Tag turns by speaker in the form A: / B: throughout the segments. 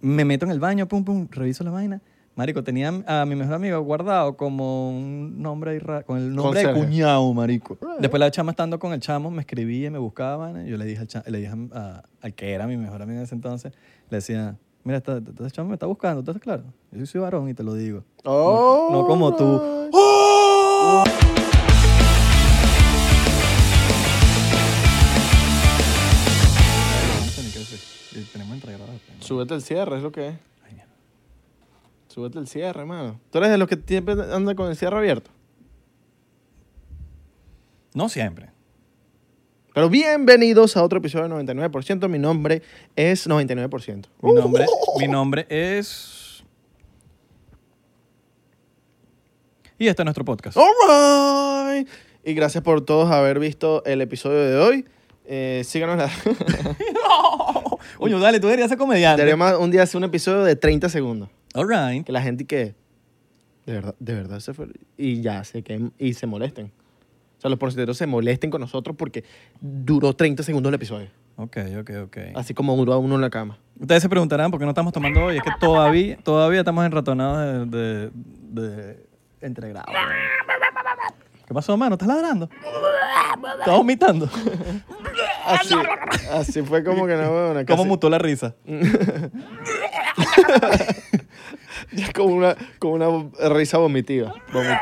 A: me meto en el baño, pum, pum, reviso la vaina. Marico, tenía a mi mejor amiga guardado como un nombre ahí ra- con el nombre de
B: Conserje. Eh.
A: cuñado, marico. Después la chama estando con el chamo, me escribía, me buscaba, vaina, y yo le dije al, cha- le dije a- a- al que era mi mejor amigo en ese entonces, le decía, mira, esta, esta- esta chama me está buscando, ¿tú estás claro? Yo soy varón y te lo digo.
B: Oh,
A: No como tú. ¡Oh!
B: right.
A: No sé ni qué decir. Y eh, Tenemos entre grabados, pues, ¿no?
B: Súbete el cierre, es lo que es.
A: Ay, mierda.
B: Súbete el cierre, mano. Tú eres de los que siempre anda con el cierre abierto.
A: No siempre.
B: Pero bienvenidos a otro episodio de 99%. Mi nombre es 99%.
A: Mi nombre, mi nombre es... Y este es nuestro podcast.
B: All right. Y gracias por todos haber visto el episodio de hoy. Eh, síganos en la...
A: Oye, dale, tú deberías ser comediante.
B: Deberíamos un día hacer un episodio de 30 segundos.
A: All right.
B: Que la gente que... De verdad, de verdad se fue... Y ya, se queden y se molesten. O sea, los porcenteros se molesten con nosotros porque duró 30 segundos el episodio.
A: Ok, ok, ok.
B: Así como duró a uno en la cama.
A: Ustedes se preguntarán por qué no estamos tomando hoy. Es que todavía, todavía estamos enratonados de, de, de entregrado. ¿Qué pasó, mano? ¿Estás ladrando? ¿Estás vomitando?
B: Así, así fue como que no, bueno,
A: ¿Cómo
B: casi-
A: mutó la risa?
B: Ya Como una, como una risa vomitiva. Vomi-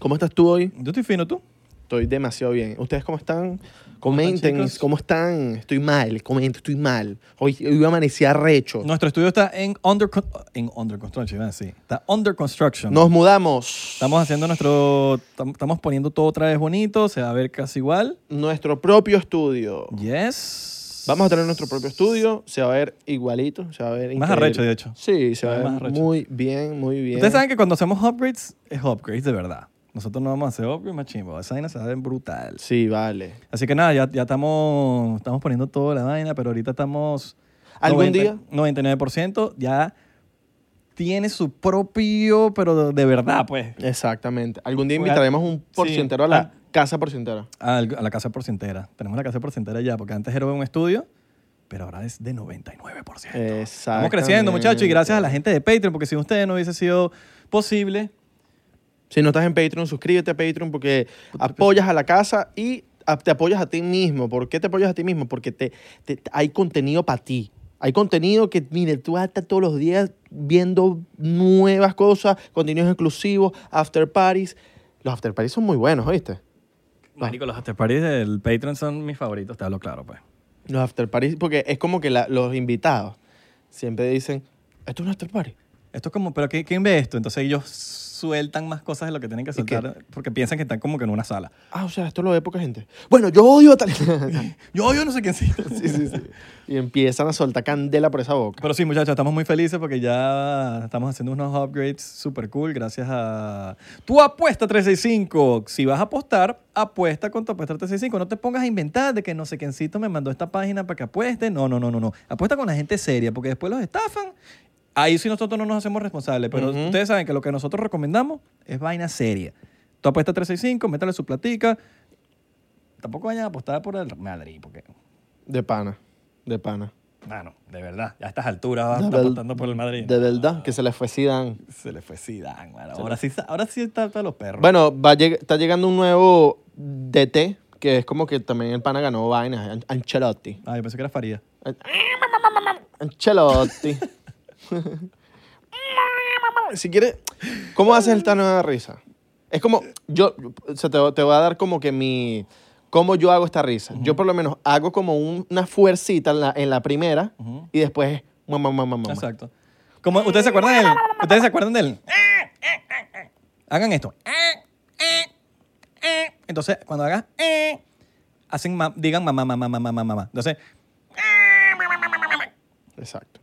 B: ¿Cómo estás tú hoy?
A: Yo estoy fino, ¿tú?
B: Estoy demasiado bien. ¿Ustedes cómo están? Comenten, ¿cómo
A: chicos?
B: están? Estoy mal, comenten, estoy mal. Hoy, hoy amanecí arrecho.
A: Nuestro estudio está en under, con- en under construction, iba a decir. Está under construction.
B: Nos mudamos.
A: Estamos haciendo nuestro... tam- Estamos poniendo todo otra vez bonito. Se va a ver casi igual.
B: Nuestro propio estudio.
A: Yes.
B: Vamos a tener nuestro propio estudio. Se va a ver igualito. Se va a ver
A: Más
B: increíble.
A: arrecho, de hecho.
B: Sí, se
A: Se
B: va
A: ve
B: a ver
A: más arrecho.
B: muy bien, muy bien.
A: Ustedes saben que cuando hacemos upgrades, es upgrades de verdad. Nosotros no vamos a hacer upgrades más chimbo. Esa vaina se va a ver brutal.
B: Sí, vale.
A: Así que nada, ya, ya estamos, estamos poniendo toda la vaina, pero ahorita estamos...
B: ¿Algún día?
A: 99% ya tiene su propio, pero de, de verdad, pues.
B: Exactamente. Algún día
A: Voy a-
B: invitaremos un porcientero a la
A: Pues, Ah.
B: casa porcientera.
A: Al- A, la casa porcentera. Tenemos la casa porcentera ya, porque antes era un estudio, pero ahora es de 99%. Estamos creciendo, muchachos, y gracias a la gente de Patreon, porque sin ustedes no hubiese sido posible.
B: Si no estás en Patreon, suscríbete a Patreon porque
A: pues.
B: apoyas a la casa y a- te apoyas a ti mismo. ¿Por qué te apoyas a ti mismo? Porque te, te- hay contenido para ti. Hay contenido que, mire, tú vas a estar todos los días viendo nuevas cosas, contenidos exclusivos, after parties. Los after parties son muy buenos, ¿oíste?
A: Marico, los after parties del Patreon son mis favoritos, te hablo claro, pues.
B: Los after parties, porque es como que la- los invitados siempre dicen, esto es un after party.
A: Esto es como, ¿pero qué- quién ve esto? Entonces ellos sueltan más cosas de lo que tienen que soltar porque piensan que están como que en una sala.
B: Ah, o sea, esto lo ve poca gente. Bueno, yo odio a tal...
A: Yo, yo no sé quién sí.
B: sí, sí, sí. Y empiezan a soltar candela por esa boca.
A: Pero sí, muchachos, estamos muy felices porque ya estamos haciendo unos upgrades super cool gracias a tu apuesta 365. Si vas a apostar, apuesta con tu apuesta 365. No te pongas a inventar de que no sé quiéncito me mandó esta página para que apueste. No, no, no, no, no. Apuesta con la gente seria porque después los estafan. Ahí sí nosotros no nos hacemos responsables, pero
B: Ujú.
A: ustedes saben que lo que nosotros recomendamos es vaina seria. Tu apuesta 365, métale su platica. Tampoco vayan a apostar por el Madrid porque...
B: De pana, de pana.
A: Mano, de verdad, ya a estas alturas vas a
B: De
A: estar
B: vel-
A: apostando por el Madrid.
B: De verdad, que se les fue Zidane.
A: Se le fue Zidane, mano. Ahora sí, ahora sí está para los perros.
B: Bueno, va a lleg- está llegando un nuevo DT, que es como que también el pana ganó vainas, An- Ancelotti.
A: Ah, yo pensé que era Faría.
B: An- Ancelotti. si quieres, ¿cómo haces esta nueva risa? Es como, yo, se te, te voy a dar como que mi, cómo yo hago esta risa. Yo por lo menos hago como un- una fuercita en la, en la primera
A: Ujú.
B: y después, mamá, mamá, mamá.
A: Exacto. Como, ¿Ustedes se acuerdan del? ¿Ustedes se acuerdan del? Hagan esto. Entonces, cuando hagas, hacen ma- digan mamá, mamá, mamá, mamá, mamá. Entonces,
B: Exacto.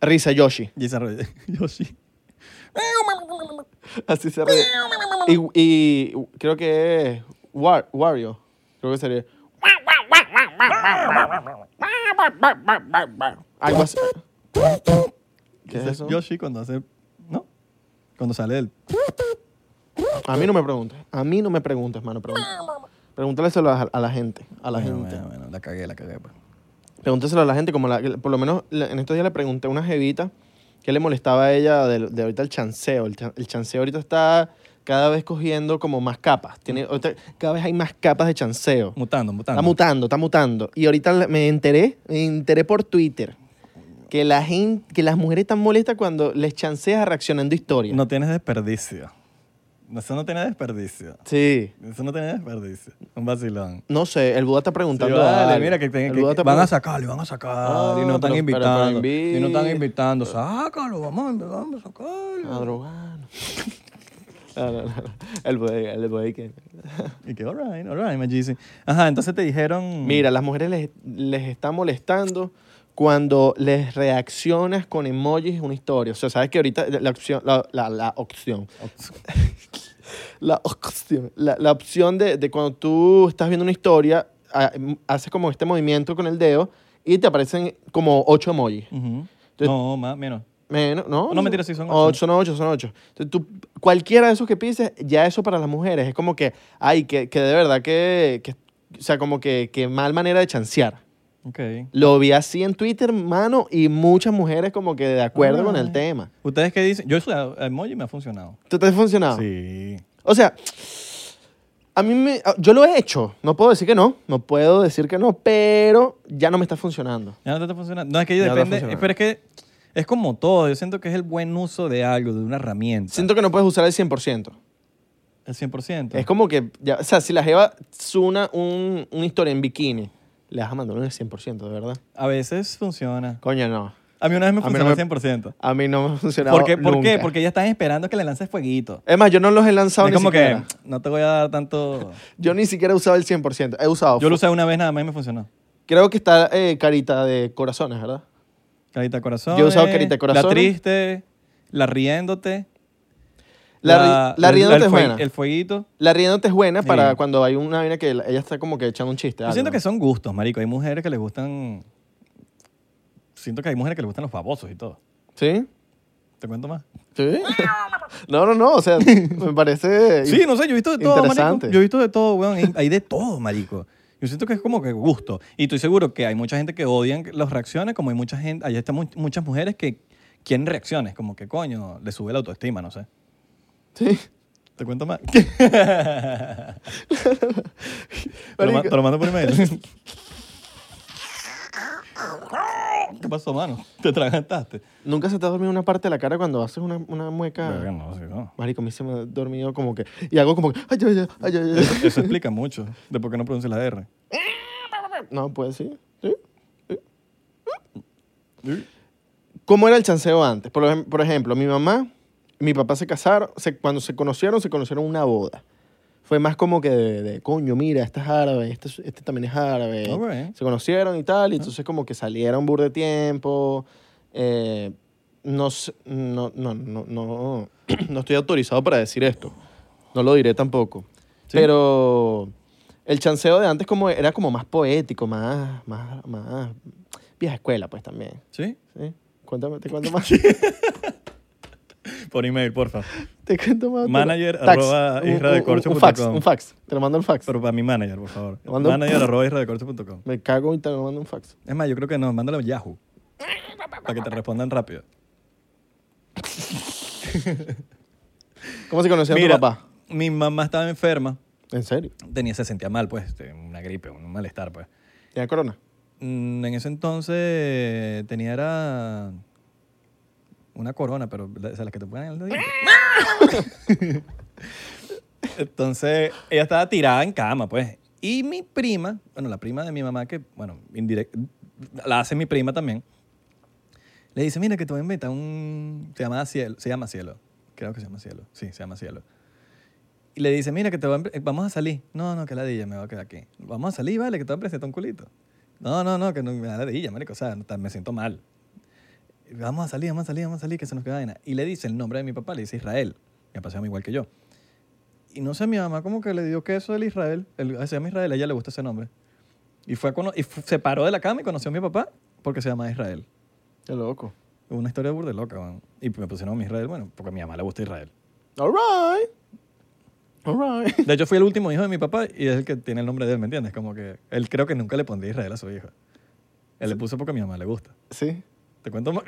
B: Risa Yoshi.
A: y se ríe. Yo sí.
B: Así se ríe. Y, y creo que es War- Wario. Creo que sería. Algo así. ¿Qué es
A: Ese
B: eso?
A: Yoshi cuando hace, ¿no? Cuando sale del...
B: A mí no me preguntes. A mí no me preguntes, mano. pregun- Pregúntale eso a, la- a la gente. A la
A: Bueno,
B: gente.
A: bueno, bueno, la cagué, la cagué. pues.
B: Pregúntaselo a la gente, como la- por lo menos la- en estos días le pregunté a una jevita que le molestaba a ella de, de ahorita el chanceo. El, cha- el chanceo ahorita está cada vez cogiendo como más capas. Tiene, ahorita cada vez hay más capas de chanceo.
A: Mm. Mutando, mutando.
B: Está mutando, está mutando. Y ahorita la- me enteré, me enteré por Twitter que la gente, que las mujeres están molestas cuando les chanceas reaccionando historias.
A: No tienes desperdicio. Eso no tiene desperdicio.
B: Sí.
A: Eso no tiene desperdicio. Un vacilón.
B: No sé, el Buda está
A: Sí,
B: preguntando.
A: vale,
B: algo.
A: mira que, te-
B: El
A: que-
B: Buda
A: que
B: está
A: van a
B: preguntando-
A: sacarlo, y van a sacar y
B: Ah,
A: no están
B: pero- pero- pero
A: invitando.
B: invi-
A: y no están invitando. Sácalo, vamos, vamos a sacarlo.
B: A drogar. No, no, no. El Buda, el Buda que-
A: Y que, alright, alright, me dice. Ajá, entonces te dijeron.
B: Mira, las mujeres les, les está molestando cuando les reaccionas con emojis una historia. O sea, sabes que ahorita la- la opción, la, la, la opción, la opción, la, la opción de, de cuando tú estás viendo una historia, ah, m- haces como este movimiento con el dedo y te aparecen como ocho emojis.
A: Ujú.
B: Entonces-
A: no, más, menos.
B: Menos, no.
A: No, mentira, sí, son ocho.
B: ocho. Son ocho, son ocho. Entonces, tú, cualquiera de esos que pises, ya eso para las mujeres es como que, ay, que, que de verdad que, que- o sea, como que, que mal manera de chancear.
A: Ok.
B: Lo vi así en Twitter, mano, y muchas mujeres como que de acuerdo con el
A: Alright.
B: tema.
A: ¿Ustedes qué dicen? Yo eso de emoji me ha funcionado.
B: ¿Te, te ha funcionado?
A: Sí.
B: O sea, a mí me, ah, yo lo he hecho. No puedo decir que no, no puedo decir que no, pero ya no me está funcionando.
A: Ya no te está funcionando. No, es que yo
B: Ya no está
A: depende.
B: funcionando.
A: pero es que es como todo. Yo siento que es el buen uso de algo, de una herramienta.
B: Siento que no puedes usar el 100%.
A: El 100%.
B: Es como que, ya, o sea, si la Jeva suna un, una historia en bikini, le vas a mandar un 100%, de verdad.
A: A veces funciona.
B: Coño, no.
A: A mí una vez me
B: A mí
A: funcionó
B: no
A: al
B: me-
A: 100%.
B: A mí no me ha funcionado.
A: ¿Por qué? ¿Por qué?
B: nunca.
A: Porque ellas están esperando que le lances fueguito.
B: Es más, yo no los he lanzado
A: Es
B: ni
A: como que
B: siquiera.
A: no te voy a dar tanto.
B: Yo ni siquiera he usado el 100%. He usado.
A: Yo lo usé una vez nada más y me funcionó.
B: Creo que está eh, carita de corazones, ¿verdad?
A: Carita corazón.
B: Yo he usado carita
A: La
B: corazones.
A: triste, la riéndote.
B: La, ri- la
A: el-
B: riéndote
A: el
B: es
A: fue-
B: buena.
A: El fueguito.
B: La riéndote es buena para
A: Sí.
B: cuando hay una vaina que ella está como que echando un chiste.
A: Yo
B: algo.
A: siento que son gustos, marico. Hay mujeres que les gustan. Siento que hay mujeres que les gustan los babosos y todo.
B: ¿Sí?
A: ¿Te cuento más?
B: ¿Sí? no, no, no. O sea, me parece...
A: Sí, no sé, yo he visto de todo, marico.
B: Interesante.
A: Yo he visto de todo, weón. Hay- Hay de todo, marico. Yo siento que es como que gusto. Y estoy seguro que hay mucha gente que odian las reacciones, como hay mucha gente, allá están mu- muchas mujeres que quieren reacciones, como que coño, le sube la autoestima, no sé.
B: Sí.
A: ¿Te cuento más? Te lo, ma-
B: Marico.
A: te lo mando por email. ¿Qué pasó, mano? ¿Te atragantaste?
B: ¿Nunca se te ha dormido una parte de la cara cuando haces una, una mueca?
A: Verga, no, sí, no.
B: Marico, a mí se me ha dormido como que... Y hago como que... Ay, ay, ay, ay, ay,
A: Eso, eso explica mucho de por qué no pronuncia la R.
B: ay. No, pues sí. ¿Sí? ¿Cómo era el chanceo antes? Por, ejem- por ejemplo, mi mamá, mi papá se casaron, se- cuando se conocieron, se conocieron en una boda. Fue más como que de, de, coño, mira, este es árabe, este, es- este también es árabe.
A: Alright.
B: Se conocieron y tal, y entonces como que salieron bur de tiempo. eh, no, sé- no, no, no, no, no estoy autorizado para decir esto. No lo diré tampoco.
A: Sí.
B: Pero el chanceo de antes como era como más poético, más, más, más vieja escuela, pues también.
A: ¿Sí?
B: ¿Sí? Cuéntame, te cuento más.
A: Por email, porfa.
B: te cuento más.
A: Manager
B: Tax.
A: arroba
B: Un-
A: isradecorcho
B: un-
A: punto
B: Un fax,
A: com.
B: un fax. Te lo mando el fax.
A: Pero para mi manager, por favor.
B: Te mando-
A: Manager arroba isradecorcho.com.
B: Me cago y te lo mando un fax.
A: Es más, yo creo que no, mándalo a Yahoo. Para que te respondan rápido.
B: ¿Cómo se conocieron tu papá?
A: mi mamá estaba enferma.
B: ¿En serio?
A: Tenía, se sentía mal, pues, este, una gripe, un malestar, pues.
B: ¿Tenía corona?
A: Mm, En ese entonces tenía era una corona, pero la- o sea, las que te ponen en el dedito. entonces ella estaba tirada en cama, pues. Y mi prima, bueno, la prima de mi mamá, que, bueno, indirect, la hace mi prima también, le dice, mira, que te voy a invitar un... Se llama Cielo, se llama Cielo. Creo que se llama Cielo. Sí, se llama Cielo. Y le dice, mira, que te voy a pre- vamos a salir. No, no, que la me voy a quedar aquí. Vamos a salir, vale, que te voy a presentar un culito. No, no, no, que no, me da ladilla, marico. O sea, no, ta- me siento mal. Vamos a salir, vamos a salir, vamos a salir, que se nos queda vaina. Y le dice el nombre de mi papá, le dice Israel. Mi papá se llama igual que yo. Y no sé, mi mamá como que le dio queso del Israel. El, se llama Israel, a ella le gusta ese nombre. Y, fue a cono- y fu- se paró de la cama y conoció a mi papá porque se llama Israel.
B: Qué loco.
A: Una historia burda de loca, man. Y me pusieron Israel, bueno, porque a mi mamá le gusta Israel.
B: All right. All right.
A: De hecho, fui el último hijo de mi papá y es el que tiene el nombre de él, ¿me entiendes? Como que él creo que nunca le pondría Israel a su hijo. Él le puso porque a mi mamá le gusta.
B: Sí.
A: Te cuento más.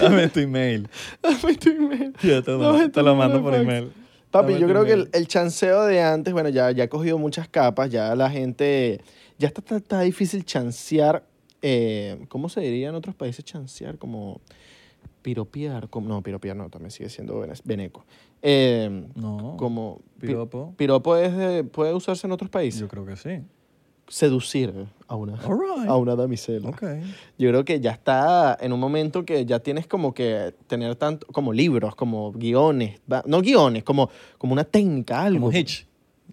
A: Dame tu email.
B: Dame tu email.
A: Yo te
B: Dame
A: lo,
B: tu
A: te lo mando por
B: número de fax.
A: email.
B: Papi,
A: Dame
B: yo
A: tu
B: creo que el,
A: email.
B: el chanceo de antes, bueno, ya, ya ha cogido muchas capas, ya la gente, ya está, está, está difícil chancear, eh, ¿cómo se diría en otros países chancear? Como piropear, como, no, piropear no, también sigue siendo vene- veneco. Eh,
A: No.
B: como pi-
A: Piropo.
B: piropo es de- puede usarse en otros países.
A: Yo creo que sí.
B: Seducir a una,
A: All right.
B: a una damisela.
A: Ok.
B: Yo creo que ya está en un momento que ya tienes como que tener tanto, como libros, como guiones, va- no guiones, como, como una técnica, algo.
A: Como Hitch.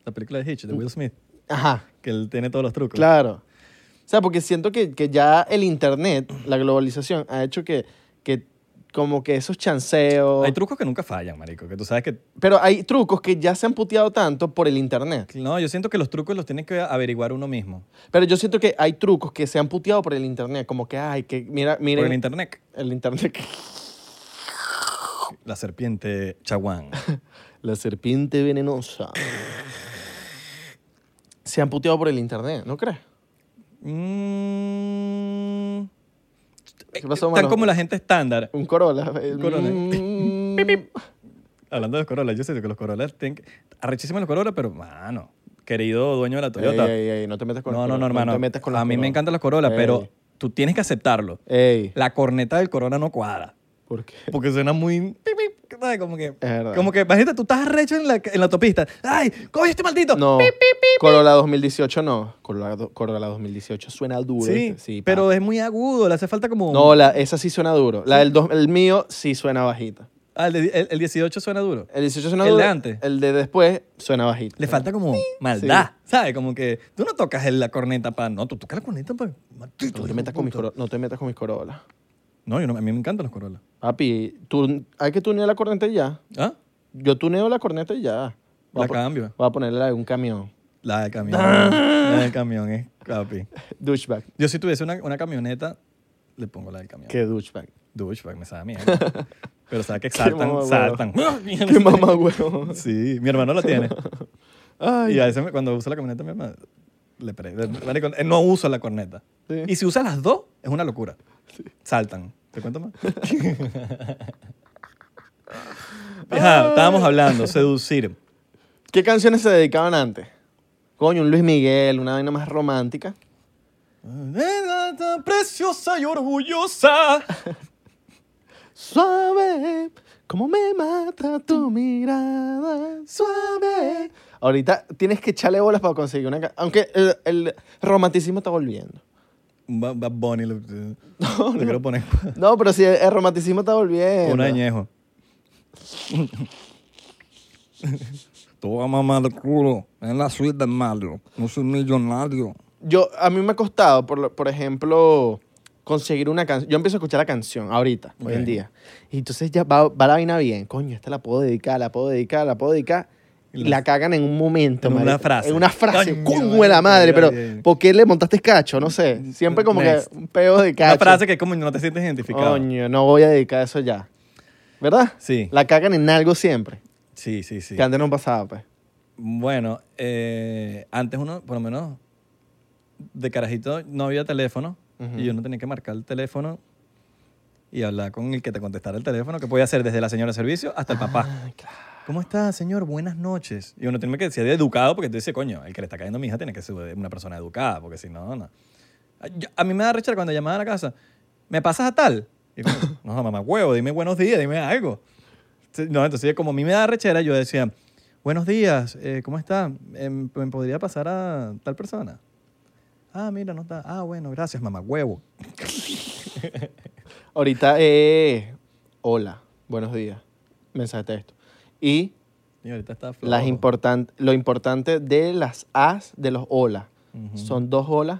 A: La película de Hitch, de Will Smith.
B: Ajá,
A: Que él tiene todos los trucos.
B: claro. O sea, porque siento que, que ya el internet, la globalización, ha hecho que, que como que esos chanceos...
A: Hay trucos que nunca fallan, marico. Que tú sabes que...
B: pero hay trucos que ya se han puteado tanto por el internet.
A: No, yo siento que los trucos los tienes que averiguar uno mismo.
B: Pero yo siento que hay trucos que se han puteado por el internet. Como que, ay, que mira, mira
A: Por el
B: el,
A: internet.
B: internet.
A: La serpiente chaguán.
B: La serpiente venenosa. se han puteado por el internet, ¿no crees?
A: Mm.
B: ¿Qué pasó,
A: Tan
B: mano?
A: como la gente estándar.
B: Un Corolla. eh,
A: Un Corolla.
B: mm.
A: Hablando de los Corolla, yo sé que los Corolla tienen que... Arrechísimos los Corolla, pero, mano, querido dueño de la Toyota.
B: Ey, ey, ey, no te metas con
A: no,
B: los
A: no, no,
B: Corolla,
A: hermano.
B: te metas con los
A: a mí me
B: Corolla.
A: encantan los Corolla,
B: Ey.
A: pero tú tienes que aceptarlo.
B: Ey,
A: La corneta del Corona no cuadra.
B: ¿por qué?
A: Porque suena muy... pip, pip, ¿sabes? Como que...
B: Es verdad.
A: Como que, imagínate, tú estás arrecho en la, en la autopista. ¡Ay, coño, este maldito!
B: No, Corolla 2018 no. Corolla, do- Corolla 2018 suena duro.
A: Sí,
B: ¿viste? este, Sí, pa.
A: pero es muy agudo. Le hace falta como...
B: No, la, esa sí suena duro. La del dos- el mío sí suena bajita.
A: Ah, el, de- el- el 18 suena duro.
B: El 18 suena
A: El de
B: duro.
A: antes.
B: El de después suena bajita.
A: Le falta como maldad, ¿sabes? Como que tú no tocas el- la corneta para... No, tú tocas la corneta para...
B: No te metas con mis Corolla. No te metas con mis Corolla.
A: No, yo no, a mí me encantan los Corolla.
B: Papi, tú, hay que tunear la corneta y ya.
A: ¿Ah?
B: Yo tuneo la corneta y ya. Voy
A: La
B: a po-
A: cambio.
B: Voy a ponerle la de un camión.
A: La del camión.
B: Ah.
A: la del camión, eh, papi.
B: Douchebag.
A: Yo si tuviese una, una camioneta, le pongo la del camión.
B: Qué douchebag.
A: Douchebag, me sabe mierda. Pero sabe que saltan,
B: mamá,
A: saltan.
B: Qué mamá huevo.
A: Sí, mi hermano la tiene.
B: Ay,
A: Y a veces me- cuando uso la corneta, mi hermano le pre- le- marico, él no usa la corneta.
B: Sí.
A: Y si usa las dos, es una locura. Saltan. ¿Te cuento más? Ajá, estábamos hablando, seducir.
B: ¿Qué canciones se dedicaban antes? Coño, un Luis Miguel, una vaina más romántica.
A: Preciosa y orgullosa.
B: Suave, como me mata tu mirada. Suave. Ahorita tienes que echarle bolas para conseguir una ca- Aunque el, el romanticismo está volviendo.
A: Ba- Bad Bunny. Lo, lo quiero poner.
B: No, pero sí, el, el romanticismo está volviendo.
A: Un añejo.
C: Tú a mamar el culo en la suite del Mario. No soy millonario.
B: Yo, a mí me ha costado, por, lo- por ejemplo, conseguir una canción. Yo empiezo a escuchar la canción ahorita, hoy en
A: Ok.
B: día. Y entonces ya va, va la vaina bien. Coño, esta la puedo dedicar, la puedo dedicar, la puedo dedicar. Y la cagan en un momento,
A: en una
B: marico.
A: frase.
B: En una
A: Coño,
B: frase. Coño,
A: marico,
B: de la madre,
A: ya
B: pero
A: bien.
B: ¿por qué le montaste cacho? No sé. Siempre como
A: Next.
B: que un peo de cacho.
A: Una frase que como no te sientes identificado.
B: Coño, no voy a dedicar eso ya. ¿Verdad?
A: Sí.
B: La cagan en algo siempre.
A: Sí, sí, sí.
B: Que antes no pasaba, pues.
A: Bueno, eh, antes uno, por lo menos, de carajito no había teléfono y yo no tenía que marcar el teléfono y hablar con el que te contestara el teléfono, que podía ser desde la señora de servicio hasta el papá.
B: Ah,
A: ¿Cómo está, señor? Buenas noches. Y uno tiene que ser educado porque tú dices, coño, el que le está cayendo a mi hija tiene que ser una persona educada, porque si no, no. A- yo- a mí me da rechera cuando llamaba a la casa, ¿me pasas a tal? Y yo, no, mamá, huevo, dime buenos días, dime algo. Sí, No, entonces como a mí me da rechera, yo decía, buenos días, eh, ¿cómo está? Em, ¿Me podría pasar a tal persona? Ah, mira, no está. Ah, bueno, gracias, mamá, huevo.
B: Ahorita, eh, hola, buenos días, mensaje de texto. Y
A: Y ahorita está flojo.
B: las importan- lo importante de las As de los hola. Son dos olas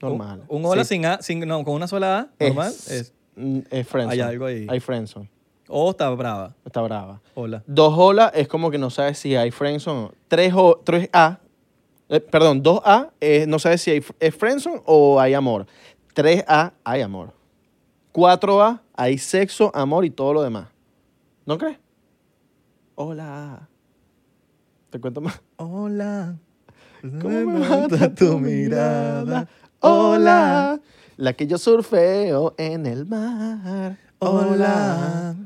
B: normales.
A: Un, un hola
B: Sí.
A: sin A, sin, no, con una sola A,
B: Es-
A: normal. es-
B: mm, es friendzone.
A: Hay algo ahí.
B: Hay friendzone.
A: o está brava.
B: Está brava.
A: Hola.
B: Dos olas es como que no sabes si hay friendzone. Tres, o- tres A, eh, perdón, dos A eh, no sabes si hay, fr- es friendzone o hay amor. Tres A hay amor. Cuatro A hay sexo, amor y todo lo demás. ¿No crees? Hola. Te cuento más.
A: Hola.
B: ¿Cómo me mata tu mirada? Hola. La que yo surfeo en el mar. Hola.
A: Hola.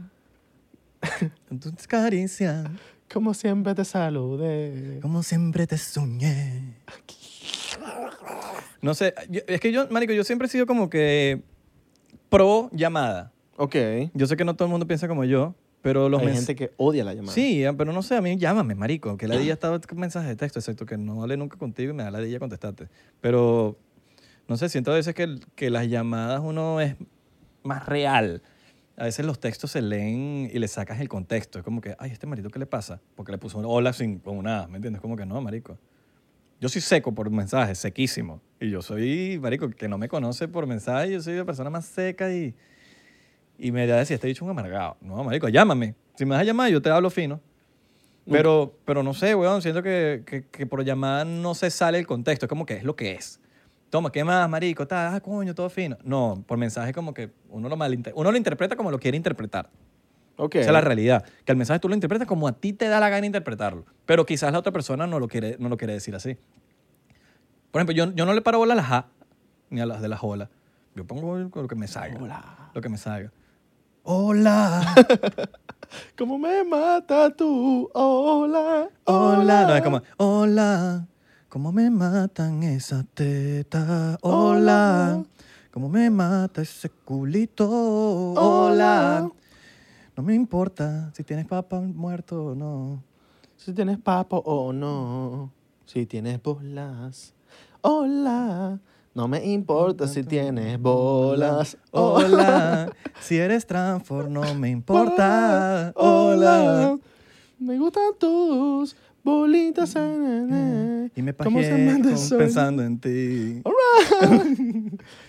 A: Con tus caricias,
B: Como siempre te saludé.
A: como siempre te soñé. No sé, yo- es que yo, marico, yo siempre he sido como que pro llamada.
B: Ok.
A: Yo sé que no todo el mundo piensa como yo, pero los
B: Hay
A: mens-
B: gente que odia la llamada.
A: Sí, ah, pero no sé, a mí llámame, marico, que la día estaba con mensaje de texto, exacto, que no hable nunca contigo y me da la día contestarte. Pero, no sé, siento a veces que, el- que las llamadas uno es más real. A veces los textos se leen y le sacas el contexto. Es como que, ay, este marido, ¿qué le pasa? Porque le puso un hola sin, como nada, ¿me entiendes? Como que no, marico. Yo soy seco por mensajes, sequísimo. Y yo soy, marico, que no me conoce por mensaje, yo soy la persona más seca y... Y me decía, este dicho es un amargado. No, marico, llámame. Si me vas a llamar, yo te hablo fino. Pero, pero no sé, weón, siento que, que, que por llamada no se sale el contexto. Es como que es lo que es. Toma, ¿qué más, marico? Ta, ah, coño, todo fino. No, por mensaje como que uno lo, malinter- uno lo interpreta como lo quiere interpretar.
B: Ok.
A: Esa es la realidad. Que el mensaje tú lo interpretas como a ti te da la gana interpretarlo. Pero quizás la otra persona no lo quiere, no lo quiere decir así. Por ejemplo, yo, yo no le paro bola a las A, ni a las de las olas. Yo pongo lo que me salga.
B: Hola.
A: Lo que me salga. Hola.
B: Como me mata tú. Hola. Oh.
A: Hola. No es como, hola, cómo me matan esa teta. Hola,
B: Hola.
A: cómo me mata ese culito.
B: Hola.
A: Hola. No me importa si tienes papá muerto o no.
B: Si tienes papo o no. Si tienes bolas. Hola. No me importa si tienes bolas.
A: Hola, si eres transfor no me importa. Hola.
B: Me gustan tus bolitas en el.
A: Y me
B: ¿Cómo se
A: pajeé
B: manda
A: con-
B: eso?
A: pensando en ti.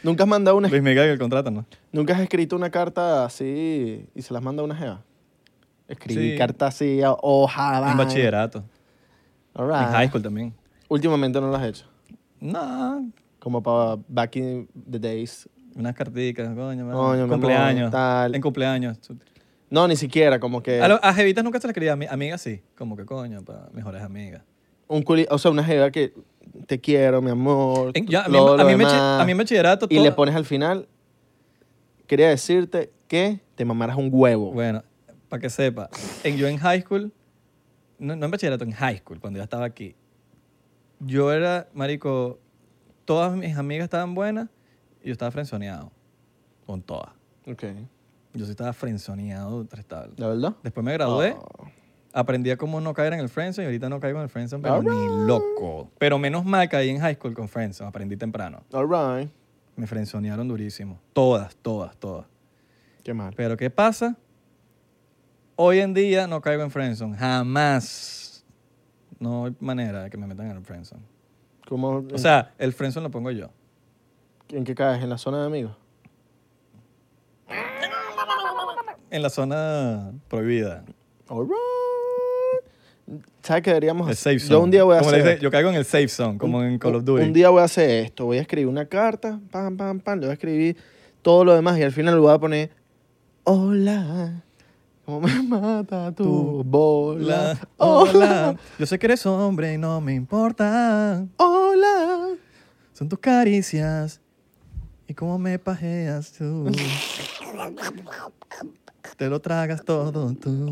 B: Nunca has mandado una.
A: Luis Miguel, el contrato, ¿no?
B: Nunca has escrito una carta así y se las manda a una jeva. Escribí
A: Sí.
B: carta así, a- ojalá.
A: En bachillerato.
B: All
A: En
B: right.
A: high school también.
B: Últimamente no las has hecho.
A: No,
B: Como para back in the days.
A: Unas carticas, coño, mano.
B: Coño, mi
A: cumpleaños.
B: amor, tal. Eh.
A: En cumpleaños.
B: No, ni siquiera, como que.
A: A, lo- a Jevitas nunca se las quería, a mi- amigas sí. Como que coño, para mejores amigas.
B: un culi- o sea, una jeva que te quiero, mi amor.
A: En- ya, a, mí,
B: todo lo
A: a, mí me, chi-
B: demás.
A: a mí en bachillerato
B: Y
A: todo-
B: le pones al final, quería decirte que te mamaras un huevo.
A: Bueno, para que sepa, en, yo en high school, no, no en bachillerato, en high school, cuando yo estaba aquí, yo era, marico, todas mis amigas estaban buenas y yo estaba frenzoneado. Con todas.
B: Ok.
A: Yo sí estaba frenzoneado, estable.
B: ¿La verdad?
A: Después me gradué.
B: Oh.
A: aprendí a cómo no caer en el friendzone y ahorita no caigo en el friendzone, pero
B: All
A: ni loco. Pero menos mal caí en high school con friendzone, aprendí temprano.
B: All right.
A: Me friendzonearon durísimo. Todas, todas, todas.
B: Qué mal.
A: Pero ¿qué pasa? Hoy en día no caigo en friendzone, jamás. No hay manera de que me metan en el friendzone.
B: ¿Cómo,
A: O sea, el friendzone lo pongo yo.
B: ¿En qué caes? ¿En la zona de amigos?
A: En la zona prohibida.
B: All right. ¿Sabes qué deberíamos
A: El safe
B: hacer?
A: zone.
B: Yo un día voy a
A: Como le
B: hacer...
A: dice, yo caigo en el safe zone, como
B: un-
A: en Call of
B: un-
A: Duty.
B: Un día voy a hacer esto. Voy a escribir una carta, pam, pam, pam. Le voy a escribir todo lo demás y al final le voy a poner, hola, cómo me mata tu,
A: Tu
B: bola.
A: Hola,
B: Hola,
A: hola. Yo sé que eres hombre y no me importa.
B: hola.
A: Son tus caricias y cómo me pajeas tú. Te lo tragas todo tú.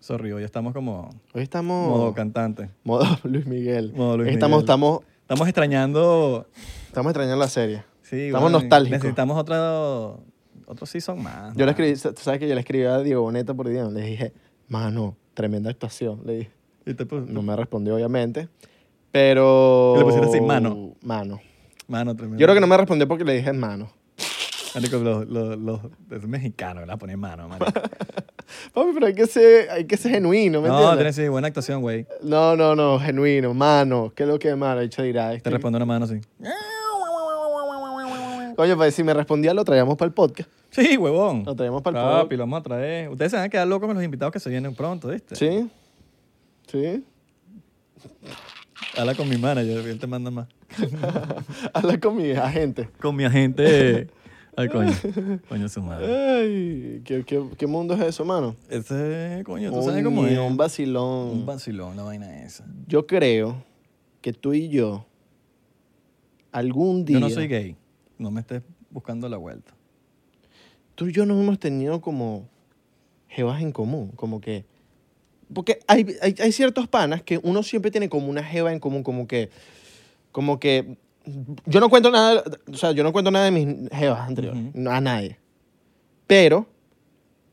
A: Sorry, hoy estamos como
B: Hoy estamos...
A: modo cantante.
B: modo Luis Miguel.
A: Modo Luis
B: estamos,
A: Miguel.
B: Estamos,
A: Estamos extrañando.
B: estamos extrañando la serie.
A: Sí,
B: Estamos
A: bueno,
B: nostálgicos.
A: Necesitamos otro, otro season más.
B: Yo le
A: man.
B: escribí, sa- tú sabes que yo le escribí a Diego Boneta por día, le dije, mano, tremenda actuación, le dije.
A: Y te puse-
B: No me respondió, obviamente, pero...
A: Y le pusiste así, mano.
B: Mano.
A: Mano, tremendo.
B: Yo creo que no me respondió porque le dije mano.
A: Marico, los, los, los, es mexicano, ¿verdad? Poner mano, marico.
B: Papi, pero hay que ser, hay que ser genuino, ¿me
A: No,
B: entiendes?
A: tienes sí, buena actuación, güey.
B: No, no, no, genuino, mano. ¿Qué es lo que es mano? El Bicho dirá.
A: Te
B: este-
A: responde una mano así.
B: Coño, pues si me respondía lo traíamos para el podcast.
A: Sí, huevón.
B: Lo traíamos para el
A: Papi, lo
B: podcast.
A: vamos a traer. Ustedes se van a quedar locos con los invitados que se vienen pronto, ¿viste?
B: ¿Sí? ¿Sí?
A: Habla con mi manager, él te manda más.
B: Habla con mi agente.
A: Con mi agente. Ay, coño. Coño, su madre.
B: Ay, ¿qué, qué, qué mundo es eso, mano?
A: Ese, coño, tú sabes cómo
B: Coño,
A: es.
B: Un vacilón.
A: Un vacilón, la vaina esa.
B: Yo creo que tú y yo algún día
A: Yo no soy gay. No me estés buscando la vuelta.
B: tú y yo nos hemos tenido como jevas en común, como que... Porque hay, hay, hay ciertos panas que uno siempre tiene como una jeva en común, como que... Como que... Yo no cuento nada, o sea, yo no cuento nada de mis jevas anteriores,
A: Ujú.
B: no- a nadie. Pero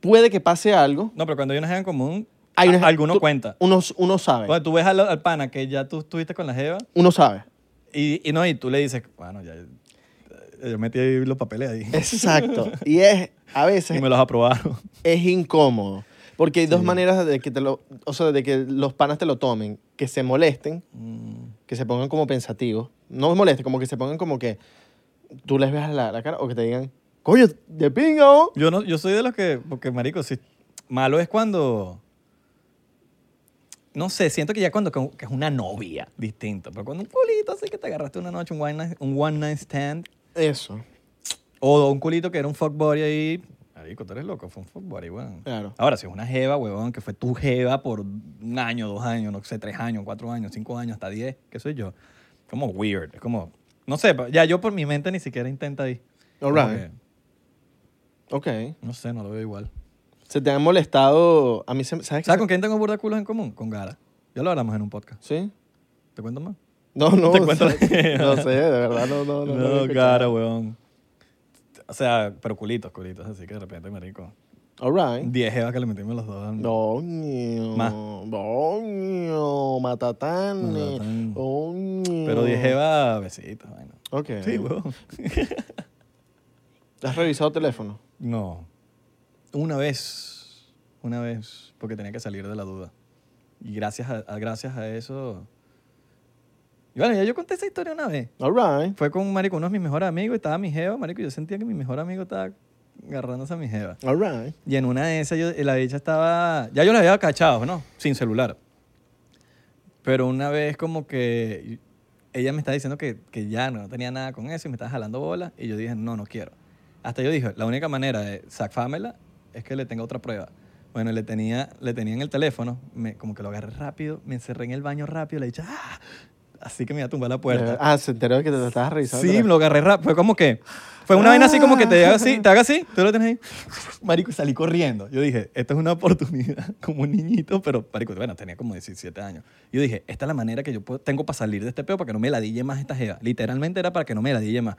B: puede que pase algo.
A: No, pero cuando hay una jeva en común,
B: Hay
A: a-
B: unas-
A: alguno
B: tú-
A: cuenta.
B: Uno, uno sabe,
A: Cuando tú ves al, al pana que ya tú estuviste con la jeva
B: uno sabe.
A: y, y no, y tú le dices, bueno, ya, ya yo metí ahí los papeles ahí
B: Exacto. Y es, a
A: y
B: veces,
A: me los aprobaron.
B: es incómodo. Porque hay dos maneras de que, te lo, o sea, de que los panas te lo tomen, que se molesten
A: Mm,
B: que se pongan como pensativos. No me moleste, como que se pongan como que tú les veas la, la cara o que te digan, coño, de pinga, ¿o?".
A: Yo, no, yo soy de los que, porque marico, si, malo es cuando, no sé, siento que ya cuando que es una novia distinto, pero cuando un culito así que te agarraste una noche, un one night, un one night stand,
B: Eso,
A: O un culito que era un fuckboy ahí. Marico, tú eres loco, fue un fuckboy, weón.
B: claro.
A: Ahora, si es una jeva, huevón, que fue tu jeva por un año, dos años, no sé, tres años, cuatro años, cinco años, hasta diez, qué sé yo. Como weird, es como... No sé, pa- ya yo por mi mente ni siquiera intenta ahí.
B: All
A: Como
B: right.
A: que,
B: Ok.
A: no sé, no lo veo igual.
B: Se te han molestado. A mí se. ¿Sabes qué?
A: ¿Sabes con quién tengo burda culos en común? Con Gara. Ya lo hablamos en un podcast.
B: ¿Sí?
A: ¿Te cuento más?
B: No, no.
A: Te cuento
B: o sea,
A: la-
B: No sé, de verdad, no, no, no. lo he
A: No,
B: escuchado.
A: Gara, weón. O sea, pero culitos, culitos, así que de repente, marico.
B: All right.
A: Diez jevas que le metimos los dos. al-
B: No, ño.
A: Más.
B: No, ño, Matatán.
A: Matatán.
B: Oh, ño.
A: Pero diez jevas, besitos, vaina.
B: Ok.
A: Sí, weón.
B: ¿Has revisado teléfono?
A: No. Una vez. Una vez. Porque tenía que salir de la duda. Y gracias a, a- gracias a eso. Y bueno, ya yo conté esa historia una vez.
B: All right.
A: Fue con marico, uno de mis mejores amigos, y estaba mi jeva, marico, y yo sentía que mi mejor amigo estaba agarrándose a mi jeva.
B: All right.
A: Y en una de esas, yo, la bicha estaba. Ya yo la había cachado, ¿no? Sin celular. Pero una vez, como que. Ella me estaba diciendo que, que ya no tenía nada con eso y me estaba jalando bola. Y yo dije, no, no quiero. Hasta yo dije, la única manera de sacfármela es que le tenga otra prueba. Bueno, le tenía, le tenía en el teléfono, me- como que lo agarré rápido, me encerré en el baño rápido, le dije, ¡ah! Así que me iba a tumbar la puerta.
B: Ah, se enteró de que te estabas revisando.
A: Sí,
B: teléfono.
A: lo agarré rápido. Fue como que. Fue una vaina así como que te haga así, te haga así, tú lo tienes ahí. Marico, y salí corriendo. Yo dije, esta es una oportunidad como un niñito, pero Marico, bueno, tenía como 17 años. Yo dije, esta es la manera que yo puedo- tengo para salir de este peo, para que no me ladille más esta jeva. Literalmente era para que no me ladille más.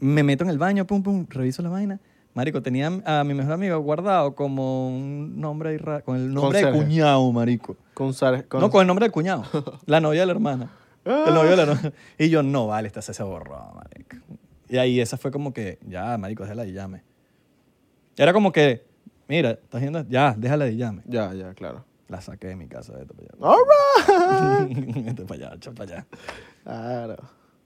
A: Me meto en el baño, pum, pum, reviso la vaina. Marico, tenía a mi mejor amigo guardado como un nombre ahí ra- con el nombre de
B: Conserje.
A: cuñado, marico.
B: Con Sar- con-
A: No, con el nombre del cuñado. La novia de la hermana. El novio de la hermana. Y yo, no, vale, esta se se borró, marico. Y ahí esa fue como que, ya, marico, déjala y llame. Era como que, mira, estás yendo, ya, déjala y llame.
B: Ya, ya, claro.
A: La saqué de mi casa, vete para allá.
B: All right.
A: vete para allá, echa para allá.
B: Claro.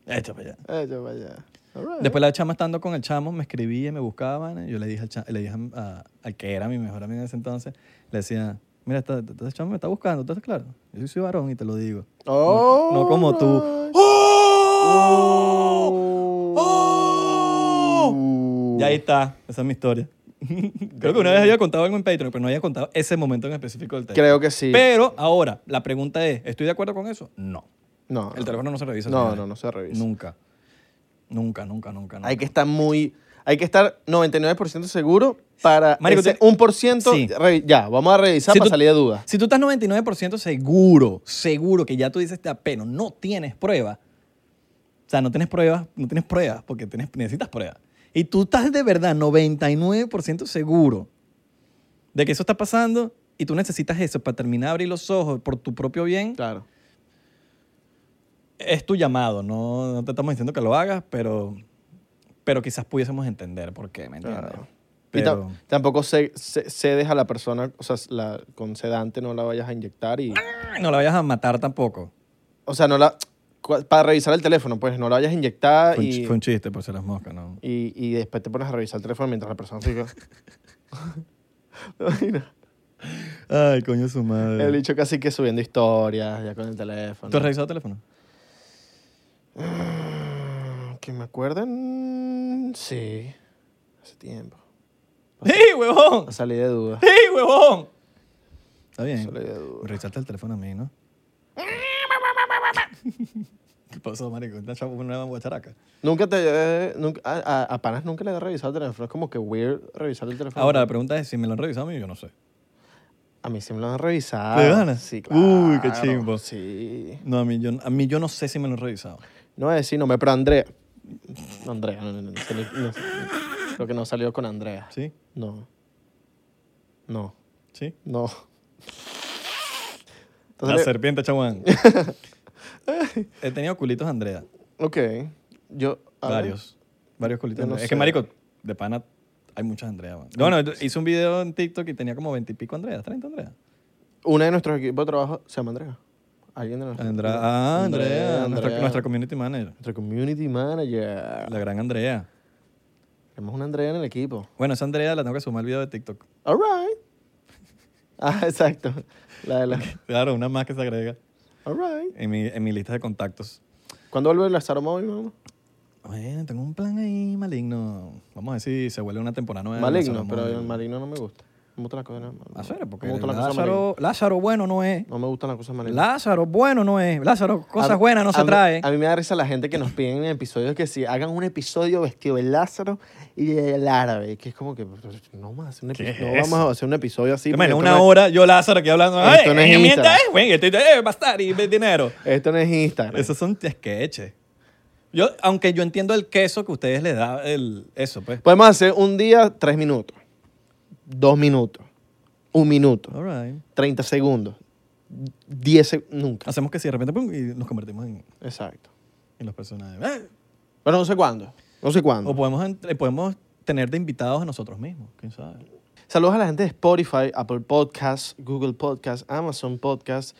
A: Echa para allá.
B: Eso para allá. All right.
A: Después la chama estando con el chamo, me escribía, me buscaba, ¿no? yo le dije al, cha- le dije a- al que era mi mejor amigo en ese entonces, le decía, mira, esta- esta- este chamo me está buscando, ¿tú estás claro? Yo soy varón y te lo digo.
B: All
A: No como tú.
B: right. Oh.
A: Y ahí está, esa es mi historia. Creo que una vez había contado algo en Patreon, pero no había contado ese momento en específico del teléfono.
B: Creo que sí.
A: Pero ahora, la pregunta es, ¿estoy de acuerdo con eso? No.
B: No.
A: El teléfono no se revisa.
B: No,
A: señores.
B: no, no se revisa.
A: Nunca. Nunca, nunca, nunca. nunca.
B: Hay que estar muy. Hay que estar 99% seguro para.
A: Marico,
B: ese
A: tú-
B: 1%.
A: Sí.
B: re- Ya, vamos a revisar
A: Si
B: para
A: tú-
B: salir de duda.
A: Si tú estás 99% seguro, seguro que ya tú dices, "Ah, pero no tienes pruebas, o sea, no tienes pruebas, no tienes pruebas porque tienes, necesitas pruebas. Y tú estás de verdad 99% seguro de que eso está pasando y tú necesitas eso para terminar de abrir los ojos por tu propio bien,
B: Claro.
A: es tu llamado. No, no te estamos diciendo que lo hagas, pero, pero quizás pudiésemos entender por qué, ¿me entiendes?
B: Claro. Y
A: Pero,
B: tam- tampoco ce- ce- cedes a la persona, o sea, la, con sedante no la vayas a inyectar y.
A: ¡ay! no la vayas a matar tampoco.
B: O sea, no la. cua- Para revisar el teléfono, pues no la vayas a inyectar
A: Fue un,
B: y.
A: ch- fue un chiste por ser las moscas, ¿no?
B: Y, y después te pones a revisar el teléfono mientras la persona sigue. Mira,
A: Ay, coño su madre.
B: el bicho casi que subiendo historias ya con el teléfono.
A: ¿Tú has revisado el teléfono?
B: Mm, Que me acuerden. Sí. Hace tiempo.
A: ¡Sí, huevón!
B: Salí de duda.
A: ¡Sí, huevón! Está bien.
B: Salí de duda.
A: Revisaste el teléfono a mí, ¿no? ¿Qué pasó, marico? Una chapa una guacharaca.
B: Nunca te. eh, nunca- a, a- a Panas nunca le he revisado el teléfono. Es como que weird revisar el teléfono.
A: Ahora, la pregunta es si me lo han revisado a mí, yo no sé.
B: A mí sí me lo han revisado.
A: ¿De ganas?
B: Sí, claro.
A: Uy, qué chimbo.
B: Sí.
A: No, a mí yo, a mí yo no sé si me lo han revisado.
B: No voy a decir nombre, pero Andrea. No, Andrea, no, no, no, no sé ni- no sé. Creo que no salió con Andrea.
A: ¿Sí?
B: No. No.
A: ¿Sí?
B: No.
A: La
B: Entonces,
A: serpiente, chabón. He tenido culitos Andrea.
B: ok. Yo. a ver.
A: Varios. Varios culitos.
B: Yo no
A: Andrea. es
B: sé.
A: que, marico, de pana hay muchas Andrea. man. Bueno, yo hice un video en TikTok y tenía como 20 y pico Andrea, 30 Andrea.
B: Una de nuestros equipos de trabajo se llama Andrea. Alguien de nuestro
A: Andrea, ah, Andrea, Nuestra,
B: Andrea.
A: nuestra community manager.
B: Nuestra community manager.
A: La gran Andrea.
B: Tenemos una Andrea en el equipo.
A: Bueno, esa Andrea la tengo que sumar al video de TikTok.
B: All right. Ah, exacto. La de la.
A: Claro, una más que se agrega
B: All right.
A: en mi, en mi lista de contactos.
B: ¿Cuándo vuelve el Saromóvil, mamá?
A: Bueno, tengo un plan ahí maligno. Vamos a ver si se vuelve una temporada nueva. de
B: Maligno,
A: Lázaro
B: pero
A: Móvil.
B: el maligno no me gusta. No me gustan las cosas malignas.
A: Ah, serio, porque
B: No me gustan las cosas malignas.
A: Lázaro, Lázaro bueno no es.
B: No me gustan las cosas malignas.
A: Lázaro bueno no es. Lázaro, cosas
B: A-
A: buenas no
B: a
A: se
B: mí-
A: trae.
B: A mí me da risa la gente que nos piden en episodios que si hagan un episodio vestido de Lázaro y del árabe. Que es como que no vamos a hacer un
A: ¿Qué
B: episodio.
A: es
B: No vamos a hacer un episodio así. porque
A: Bueno,
B: esto
A: una
B: no es-
A: hora yo Lázaro aquí hablando.
B: Esto
A: "Ay,
B: no es
A: mi mierda
B: Instagram".
A: es, güey, esto- eh, va a estar y ve dinero.
B: Esto no es Instagram.
A: Esos son sketches. Yo, aunque yo entiendo el queso que ustedes les da el, eso, pues.
B: Podemos hacer un día tres minutos, dos minutos, un minuto,
A: All right.
B: 30 segundos, 10 segundos, nunca.
A: Hacemos que si de repente pum, y nos convertimos en,
B: Exacto.
A: en los personajes. ¡Eh!
B: Pero no sé cuándo. No sé cuándo.
A: O podemos, entre- podemos tener de invitados a nosotros mismos, quién sabe.
B: Saludos a la gente de Spotify, Apple Podcasts, Google Podcasts, Amazon Podcasts.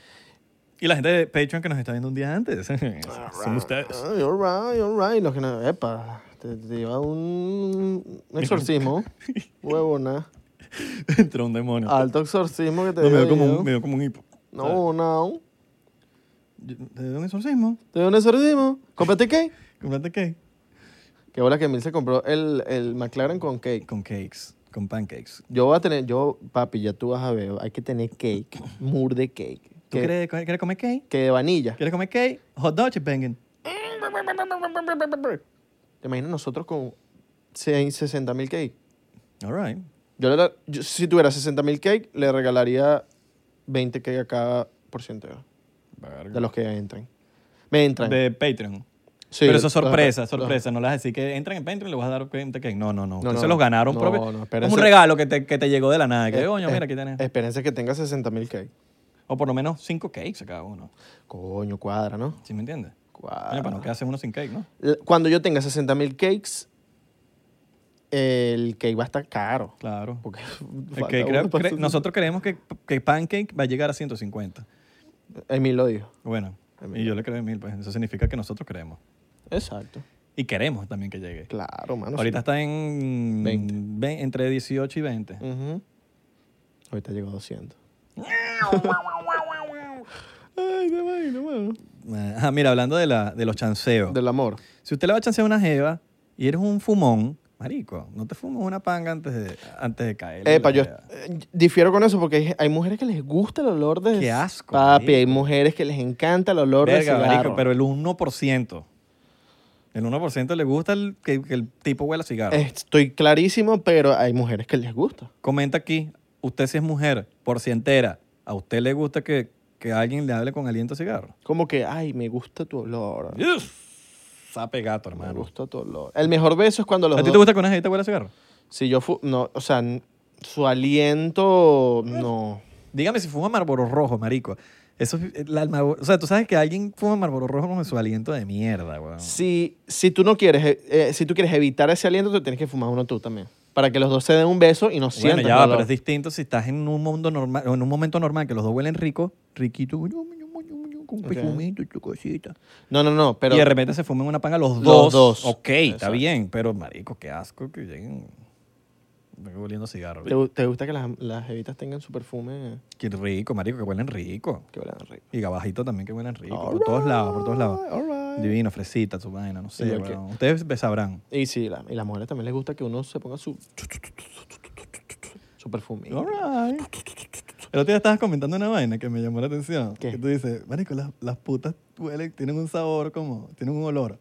A: Y la gente de Patreon que nos está viendo un día antes. Son ustedes.
B: Ay, all right, all right. Los que no, epa, te, te lleva un un exorcismo. Huevona.
A: Entró un demonio.
B: Alto exorcismo que te
A: No, me dio
B: dio.
A: como un, me dio como un hipo.
B: No, no.
A: Yo- ¿Te dio un exorcismo?
B: Te dio un exorcismo. ¿Compraste cake?
A: ¿Compraste cake?
B: Qué bola que Emil se compró el, el McLaren con cake.
A: Con cakes, con pancakes.
B: Yo voy a tener, yo, papi, ya tú vas a ver, hay que tener cake, mur de cake.
A: ¿Tú
B: que,
A: quieres, quieres comer cake?
B: que de vainilla.
A: ¿Quieres comer cake? Hot dog chip banging.
B: ¿Te imaginas nosotros con 60 mil cake?
A: All right.
B: Yo, le da- yo- si tuviera 60 mil cake, le regalaría 20 cake a cada por ciento de los que entren. Me entran.
A: De Patreon.
B: Sí,
A: Pero eso es
B: los-
A: sorpresa,
B: los-
A: sorpresa. No les vas a decir que entran en Patreon y les vas a dar cuenta que no, no, no.
B: No,
A: Ustedes
B: no,
A: se los ganaron
B: no,
A: propio.
B: no, espérense.
A: como un regalo que te, que te llegó de la nada. Que,
B: Eh,
A: coño,
B: eh,
A: mira, aquí tenés.
B: Espérense que tenga 60 mil cake.
A: O por lo menos cinco cakes a cada uno.
B: Coño, cuadra, ¿no?
A: ¿Sí me entiendes?
B: Cuadra.
A: Coño, para no quedarse uno sin cake, ¿no?
B: L- Cuando yo tenga 60 mil cakes, el cake va a estar caro.
A: Claro.
B: Porque
A: El
B: falta
A: cake,
B: uno
A: cre-
B: para
A: cre-
B: hacer-
A: nosotros creemos que, que Pancake va a llegar a 150.
B: Emil lo dijo.
A: Bueno,
B: Eh,
A: y yo le creo en mil, pues eso significa que nosotros creemos.
B: Exacto.
A: Y queremos también que llegue.
B: Claro, mano.
A: Ahorita
B: sí.
A: está en
B: 20.
A: ve- entre 18 y 20.
B: Ujú. Ahorita llegó a 200. Ay, no imagino, mano.
A: Ah, mira, hablando de, la, de los chanceos.
B: Del amor.
A: Si usted le va a chancear a una jeva y eres un fumón, marico, no te fumes una panga antes de, antes de caer. en
B: Epa,
A: la
B: yo
A: jeva.
B: eh, difiero con eso porque hay, hay mujeres que les gusta el olor de.
A: Qué asco,
B: Papi,
A: marico.
B: hay mujeres que les encanta el olor de
A: Verga,
B: cigarro.
A: marico, pero el 1%. El 1% le gusta el, que, que el tipo huela a cigarro.
B: Eh, Estoy clarísimo, pero hay mujeres que les gusta.
A: Comenta aquí, usted si es mujer, por si entera, ¿a usted le gusta que, que alguien le hable con aliento a cigarro?
B: Como que, ay, me gusta tu olor.
A: Sape gato,
B: Me
A: hermano.
B: gusta tu olor. El mejor beso es cuando los
A: ¿A ti
B: dos-
A: te gusta que una jevita huela a cigarro?
B: Si yo fu- no, o sea, n- su aliento no.
A: Dígame si fuma Marlboro Rojo, marico. Eso, es- eh, la, Marlboro- o sea, tú sabes que alguien fuma Marlboro Rojo con su aliento de mierda, weón.
B: Si, si tú no quieres, eh, eh, si tú quieres evitar ese aliento, te tienes que fumar uno tú también. Para que los dos se den un beso y no
A: Bueno,
B: sientan
A: ya va,
B: dolor.
A: pero es distinto si estás en un mundo normal, o en un momento normal que los dos huelen rico, riquito, con un
B: Ok.
A: perfumito, tu cosita.
B: No, no, no, pero
A: y de repente se fumen una panga los,
B: Los
A: dos.
B: dos.
A: Ok, está
B: Exacto.
A: bien, pero marico, qué asco que lleguen me oliendo a cigarro.
B: ¿te, gu- te gusta que las, las evitas tengan su perfume
A: Qué rico, marico, que huelen rico.
B: que huelan rico?
A: Y gabajito también que huelen rico.
B: All
A: por todos lados, por todos lados.
B: right, all right.
A: Divino, fresita, su vaina, no sé.
B: Y el que-
A: weón. Ustedes sabrán.
B: Y sí, la- y las mujeres también les gusta que uno se ponga su su perfume.
A: All right. El otro día estabas comentando una vaina que me llamó la atención.
B: ¿Qué?
A: Que tú dices, marico, las, las putas huelen, tienen un sabor como, tienen un olor.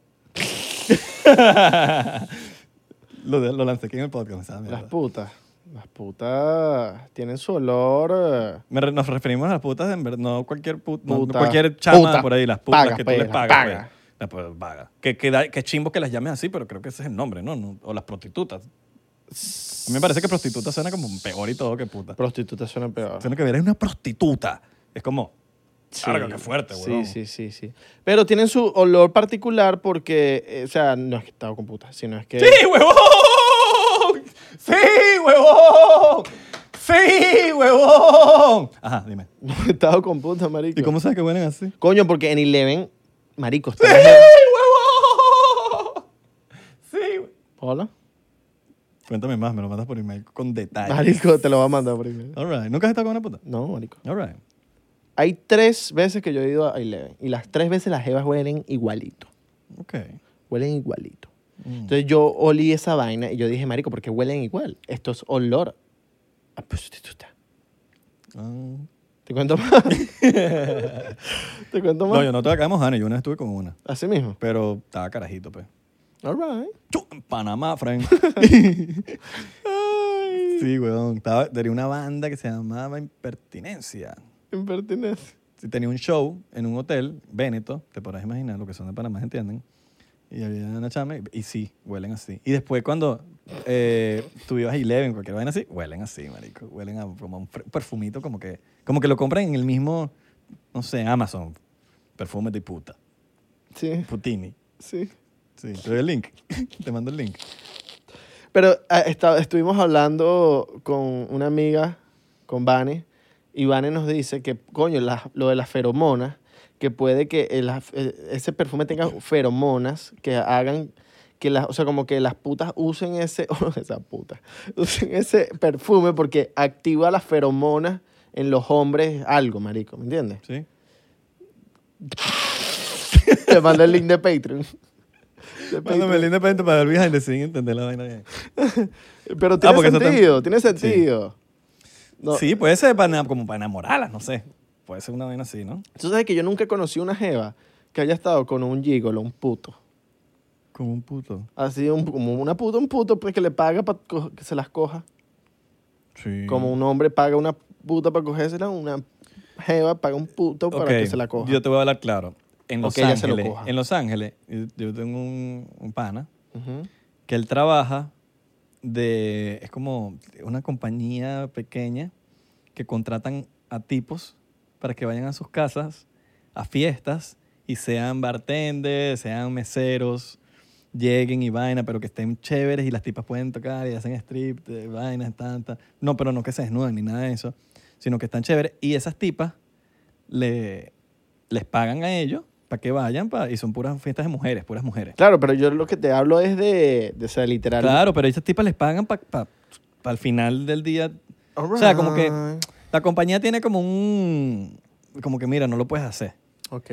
A: lo, de- lo lancé aquí en el podcast. esa mierda.
B: Las putas. Las putas tienen su olor. eh,
A: Me re- nos referimos a las putas, en ver- no cualquier puta, no
B: Puta.
A: cualquier chama
B: Puta.
A: por ahí, las putas
B: Paga,
A: que tú
B: pues,
A: les
B: las
A: pagas.
B: paga.
A: pues. Las pu- paga. Que, que, da- que chimbo que las llames así, pero creo que ese es el nombre, ¿no? No- O las prostitutas. A mí me parece que prostituta suena como peor y todo que puta.
B: Prostituta suena peor.
A: Suena que eres una prostituta. Es como,
B: Sí.
A: Claro, qué fuerte,
B: Sí,
A: huevón.
B: sí, sí, sí. Pero tienen su olor particular porque, eh, o sea, no es que estaba con putas, sino es que...
A: ¡Sí, huevón! ¡Sí, huevón! ¡Sí, huevón! Ajá, dime.
B: No he estado con putas, marico.
A: ¿Y cómo sabes que huelen así?
B: Coño, porque en Eleven, marico, está
A: ¡Sí,
B: la gente-
A: huevón! ¡Sí!
B: Hola.
A: Cuéntame más, me lo mandas por email con detalle.
B: Marico, te lo va a mandar primero.
A: All right. ¿Nunca has estado con una puta?
B: No, marico.
A: All right.
B: Hay tres veces que yo he ido a Eleven y las tres veces las jevas huelen igualito.
A: Ok.
B: Huelen igualito.
A: Mm.
B: Entonces yo olí esa vaina y yo dije, marico, ¿por qué huelen igual? Esto es olor a prostituta.
A: Ah.
B: ¿Te cuento más? ¿Te cuento más?
A: No, yo no te acabamos, Ana. Yo una vez estuve con una.
B: Así mismo.
A: Pero estaba carajito, pues.
B: All right.
A: Chu, en Panamá, Frank. sí, weón. Estaba, tenía una banda que se llamaba Impertinencia.
B: Impertinencia.
A: Sí, Tenía un show en un hotel, Véneto, te podrás imaginar, lo que son de Panamá, ¿entienden? Y había una chama y, y sí, huelen así. Y después cuando eh, tú ibas a Eleven, cualquier vaina así, huelen así, marico. Huelen a, como a un fre- perfumito como que, como que lo compran en el mismo, no sé, Amazon. Perfume de puta.
B: Sí,
A: Putini.
B: sí.
A: Sí, te doy el link. te mando el link.
B: Pero ah, está- estuvimos hablando con una amiga, con Vane, y Vane nos dice que, coño, la- lo de las feromonas, que puede que el- la- eh, ese perfume tenga feromonas que hagan que las, o sea, como que las putas usen ese, oh, esa puta, usen ese perfume porque activa las feromonas en los hombres algo, marico, ¿me entiendes?
A: ¿Sí?
B: Te mando el link de Patreon. De
A: Mándame
B: Patreon.
A: el independiente para ver behind the scenes y entender la vaina bien.
B: Pero tiene
A: Ah, porque eso está-
B: sentido, tiene sentido. No,
A: Sí, puede ser para, na- como para enamorarlas, no sé. Puede ser una vaina así, ¿no?
B: Tú sabes que yo nunca conocí una jeva que haya estado con un gigolo, un puto.
A: Como un puto.
B: Así, un- como una puta, un puto pues, que le paga para que se las coja.
A: Sí.
B: Como un hombre paga una puta para cogérsela, una jeva paga un puto para
A: Ok,
B: que se la coja.
A: Yo te voy a hablar claro. En
B: O
A: Los
B: que ella se lo
A: Ángeles,
B: coja.
A: en Los Ángeles, yo yo tengo un, un pana
B: Ujú.
A: que él trabaja de es como una compañía pequeña que contratan a tipos para que vayan a sus casas a fiestas y sean bartenders, sean meseros, lleguen y vaina, pero que estén chéveres y las tipas pueden tocar y hacen strip, eh, vainas, tantas. No, pero no que se desnuden ni nada de eso, sino que están chéveres. Y esas tipas le, les pagan a ellos para que vayan pa- y son puras fiestas de mujeres, puras mujeres.
B: Claro, pero yo lo que te hablo es de, de o sea, literal.
A: Claro, pero esas tipas les pagan para el final del día.
B: All
A: O sea, como que
B: right.
A: la compañía tiene como un... Como que mira, no lo puedes hacer.
B: Ok.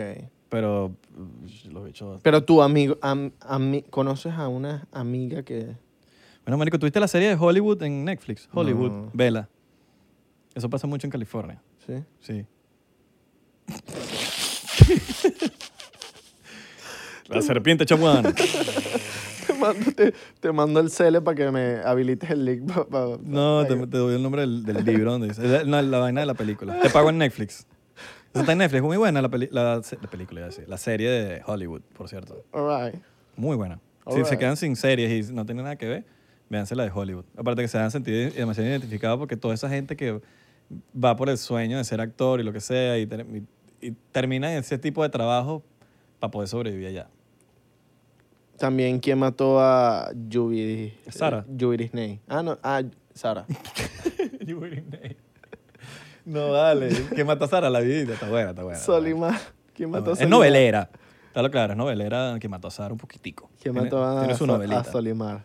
A: Pero mm, los bichos...
B: Pero tú, amigo, am- ami- ¿conoces a una amiga que...?
A: Bueno, marico, ¿tuviste la serie de Hollywood en Netflix? Hollywood,
B: No.
A: vela. Eso pasa mucho en California.
B: ¿Sí?
A: Sí. la serpiente chamuana.
B: Te mando, te, te mando el cele para que me habilites el link. pa- pa-
A: No,
B: pa-
A: te, te doy el nombre del, del libro donde dice. La, no, la vaina de la película. Te pago en Netflix. Eso está en Netflix. Muy buena la, peli- la, se- la película, iba a decir. La serie de Hollywood, por cierto.
B: All right.
A: Muy buena. Si
B: Alright.
A: se quedan sin series y no tienen nada que ver, véanse la de Hollywood. Aparte que se han sentido i- demasiado identificados porque toda esa gente que va por el sueño de ser actor y lo que sea y, ter- y- y termina en ese tipo de trabajo para poder sobrevivir allá.
B: También quién mató a Judy.
A: Sara.
B: eh, Judy Disney. Ah, no. Ah, Sara.
A: no vale. ¿Qué mata a Sara? La vida está buena, está buena.
B: Solima. ¿Quién mató a
A: Es
B: Solimar?
A: novelera. Está lo claro, es novelera que mató a Sara un poquitico.
B: ¿Quién
A: Tiene-
B: mató a,
A: Tiene su
B: Sol-
A: novelita.
B: a Solimar?